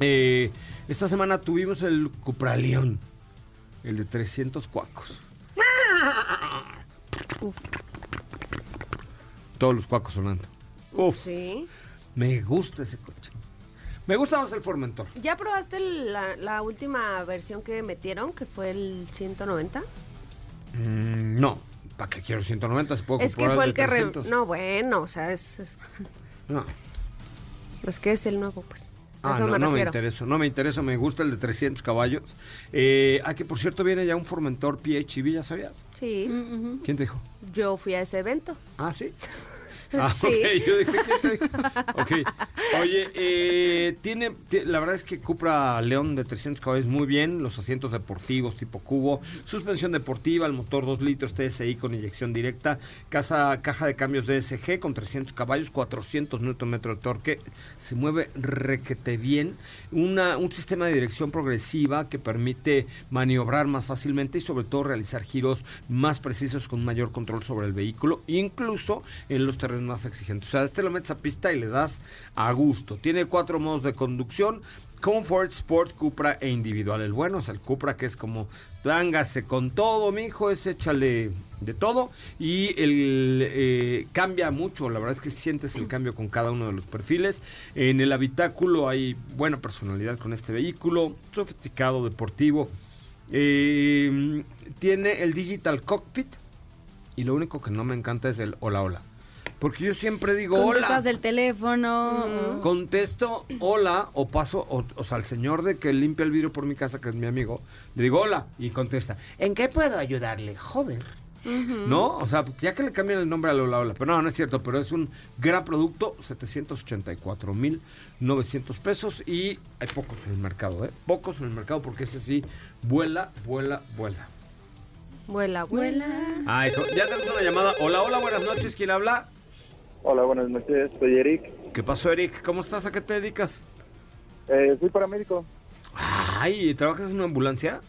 Speaker 2: eh, esta semana tuvimos el Cupraleón, el de 300 cuacos. Todos los cuacos sonando. Uf,
Speaker 3: Sí.
Speaker 2: me gusta ese coche. Me gusta más el Formentor.
Speaker 3: ¿Ya probaste la, la última versión que metieron, que fue el 190?
Speaker 2: Mm, no, ¿para qué quiero 190? Se puedo
Speaker 3: Es que
Speaker 2: comprar
Speaker 3: fue
Speaker 2: de
Speaker 3: el que... re-
Speaker 2: 300.
Speaker 3: No, bueno, o sea, es, es,
Speaker 2: No.
Speaker 3: es que es el nuevo, pues. A
Speaker 2: Ah,
Speaker 3: eso
Speaker 2: no,
Speaker 3: me
Speaker 2: no me
Speaker 3: refiero.
Speaker 2: interesa, no me interesa, me gusta el de 300 caballos. Eh, ah, que por cierto viene ya un Formentor PHEV, ¿ya sabías?
Speaker 3: Sí.
Speaker 2: Mm. ¿Quién te dijo?
Speaker 3: Yo fui a ese evento.
Speaker 2: Ah, sí. Ah,
Speaker 3: Sí.
Speaker 2: ok, yo dije, ¿quién te dijo? Ok. Oye, eh, tiene, ti- la verdad es que Cupra León de 300 caballos muy bien, los asientos deportivos tipo cubo, suspensión deportiva, el motor 2 litros TSI con inyección directa, casa, caja de cambios DSG con 300 caballos, 400 Nm de torque, se mueve requete bien, una, un sistema de dirección progresiva que permite maniobrar más fácilmente y sobre todo realizar giros más precisos con mayor control sobre el vehículo, incluso en los terrenos más exigentes. O sea, este lo metes a pista y le das a gusto. Tiene cuatro modos de conducción. Comfort, Sport, Cupra e individual. El bueno es el Cupra, que es como, dángase con todo, mijo, es échale de todo. Y el eh, cambia mucho, la verdad es que sientes el cambio con cada uno de los perfiles. En el habitáculo hay buena personalidad con este vehículo, sofisticado, deportivo. Eh, tiene el Digital Cockpit y lo único que no me encanta es el hola, hola. Porque yo siempre digo hola
Speaker 4: Contestas del teléfono.
Speaker 2: contesto hola o paso, o, o sea, al señor de que limpia el vidrio por mi casa, que es mi amigo, le digo hola y contesta, ¿en qué puedo ayudarle? Joder. ¿No? O sea, ya que le cambian el nombre a Lola Hola, pero no, no es cierto, pero es un gran producto, 784.900 pesos y hay pocos en el mercado, ¿eh? Pocos en el mercado porque ese sí vuela, vuela, vuela.
Speaker 3: Vuela, vuela.
Speaker 2: Ay, pero ya tenemos una llamada. Hola, hola, buenas noches, ¿quién habla?
Speaker 9: Hola, buenas noches, soy
Speaker 6: Este,
Speaker 9: Eric.
Speaker 2: ¿Qué pasó, Eric? ¿Cómo estás? ¿A qué te dedicas?
Speaker 9: Eh, soy paramédico.
Speaker 2: Ay, ¿trabajas en una ambulancia?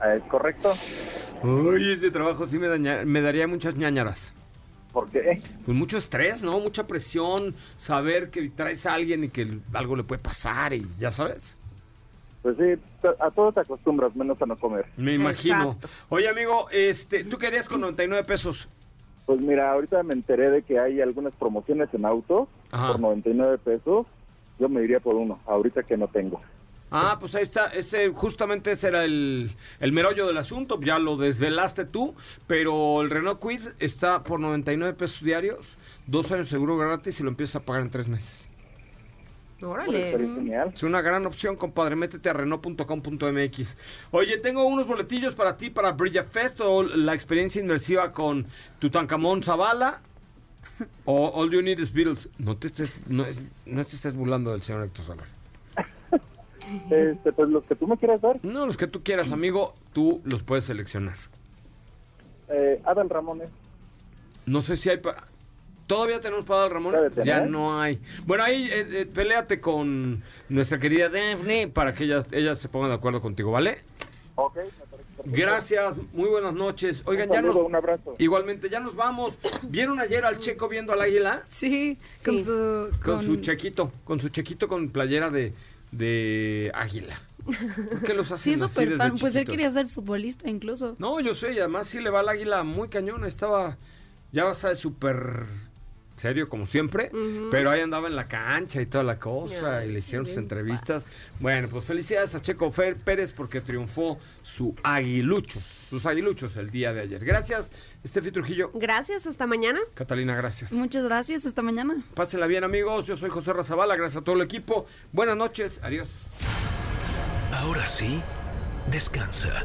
Speaker 6: Ah,
Speaker 9: Eh, ¿Correcto?
Speaker 2: Uy, ese trabajo sí me, daña- me daría muchas ñañaras.
Speaker 6: ¿Por qué?
Speaker 2: Pues mucho estrés, ¿no? Mucha presión, saber que traes a alguien y que algo le puede pasar y ya sabes.
Speaker 6: Pues sí, t- a todo te acostumbras, menos a no comer.
Speaker 2: Me imagino. Oye, amigo, este, tú querías con 99 pesos.
Speaker 6: Pues mira, ahorita me enteré de que hay algunas promociones en autos
Speaker 2: Ajá.
Speaker 6: por 99 pesos. Yo me iría por uno, ahorita que no tengo.
Speaker 2: Ah, pues ahí está, ese, justamente ese era el, el merollo del asunto, ya lo desvelaste tú, pero el Renault Quid está por 99 pesos diarios, dos años seguro gratis y lo empiezas a pagar en tres meses.
Speaker 3: Órale.
Speaker 2: Es una gran opción, compadre, métete a Renault.com.mx. Oye, tengo unos boletillos para ti, para Brilla Fest o la experiencia inmersiva con Tutankamón Zavala o All You Need Is Beatles. No te estés, no, es- no te estés burlando del señor Héctor Solar.
Speaker 6: *laughs* Este, pues los que tú me quieras dar,
Speaker 2: No, los que tú quieras, amigo, tú los puedes seleccionar.
Speaker 6: eh, Adal Ramones.
Speaker 2: No sé si hay. pa- ¿Todavía tenemos para dar Ramón?
Speaker 6: Todavía
Speaker 2: Ya
Speaker 6: tenemos.
Speaker 2: no hay. Bueno, ahí eh, eh, peléate con nuestra querida Daphne para que ella, ella se ponga de acuerdo contigo, ¿vale?
Speaker 6: Ok,
Speaker 2: Gracias, muy buenas noches. Oigan,
Speaker 6: Un
Speaker 2: ya
Speaker 6: saludo,
Speaker 2: nos.
Speaker 6: un abrazo.
Speaker 2: Igualmente, ya nos vamos. ¿Vieron ayer al checo viendo al águila?
Speaker 4: Sí, con su...
Speaker 2: Con, su chequito, con su chequito con playera de, de águila. ¿Por qué los hacen
Speaker 4: Sí, es
Speaker 2: así
Speaker 4: súper
Speaker 2: desde
Speaker 4: fan. Pues él
Speaker 2: chiquitos?
Speaker 4: quería ser futbolista incluso.
Speaker 2: No, yo sé, y además sí le va al águila muy cañón. Estaba, ya vas a súper serio como siempre,
Speaker 4: Ujú.
Speaker 2: pero ahí andaba en la cancha y toda la cosa,
Speaker 4: Ay,
Speaker 2: y le hicieron
Speaker 4: qué
Speaker 2: sus entrevistas. Bueno, pues felicidades a Checo Fer Pérez porque triunfó su aguiluchos, sus aguiluchos el día de ayer. Gracias, Estefi Trujillo.
Speaker 3: Gracias, hasta mañana.
Speaker 2: Catalina, gracias.
Speaker 4: Muchas gracias, hasta mañana.
Speaker 2: Pásenla bien, amigos. Yo soy José Razabala, gracias a todo el equipo. Buenas noches, adiós.
Speaker 1: Ahora sí, descansa.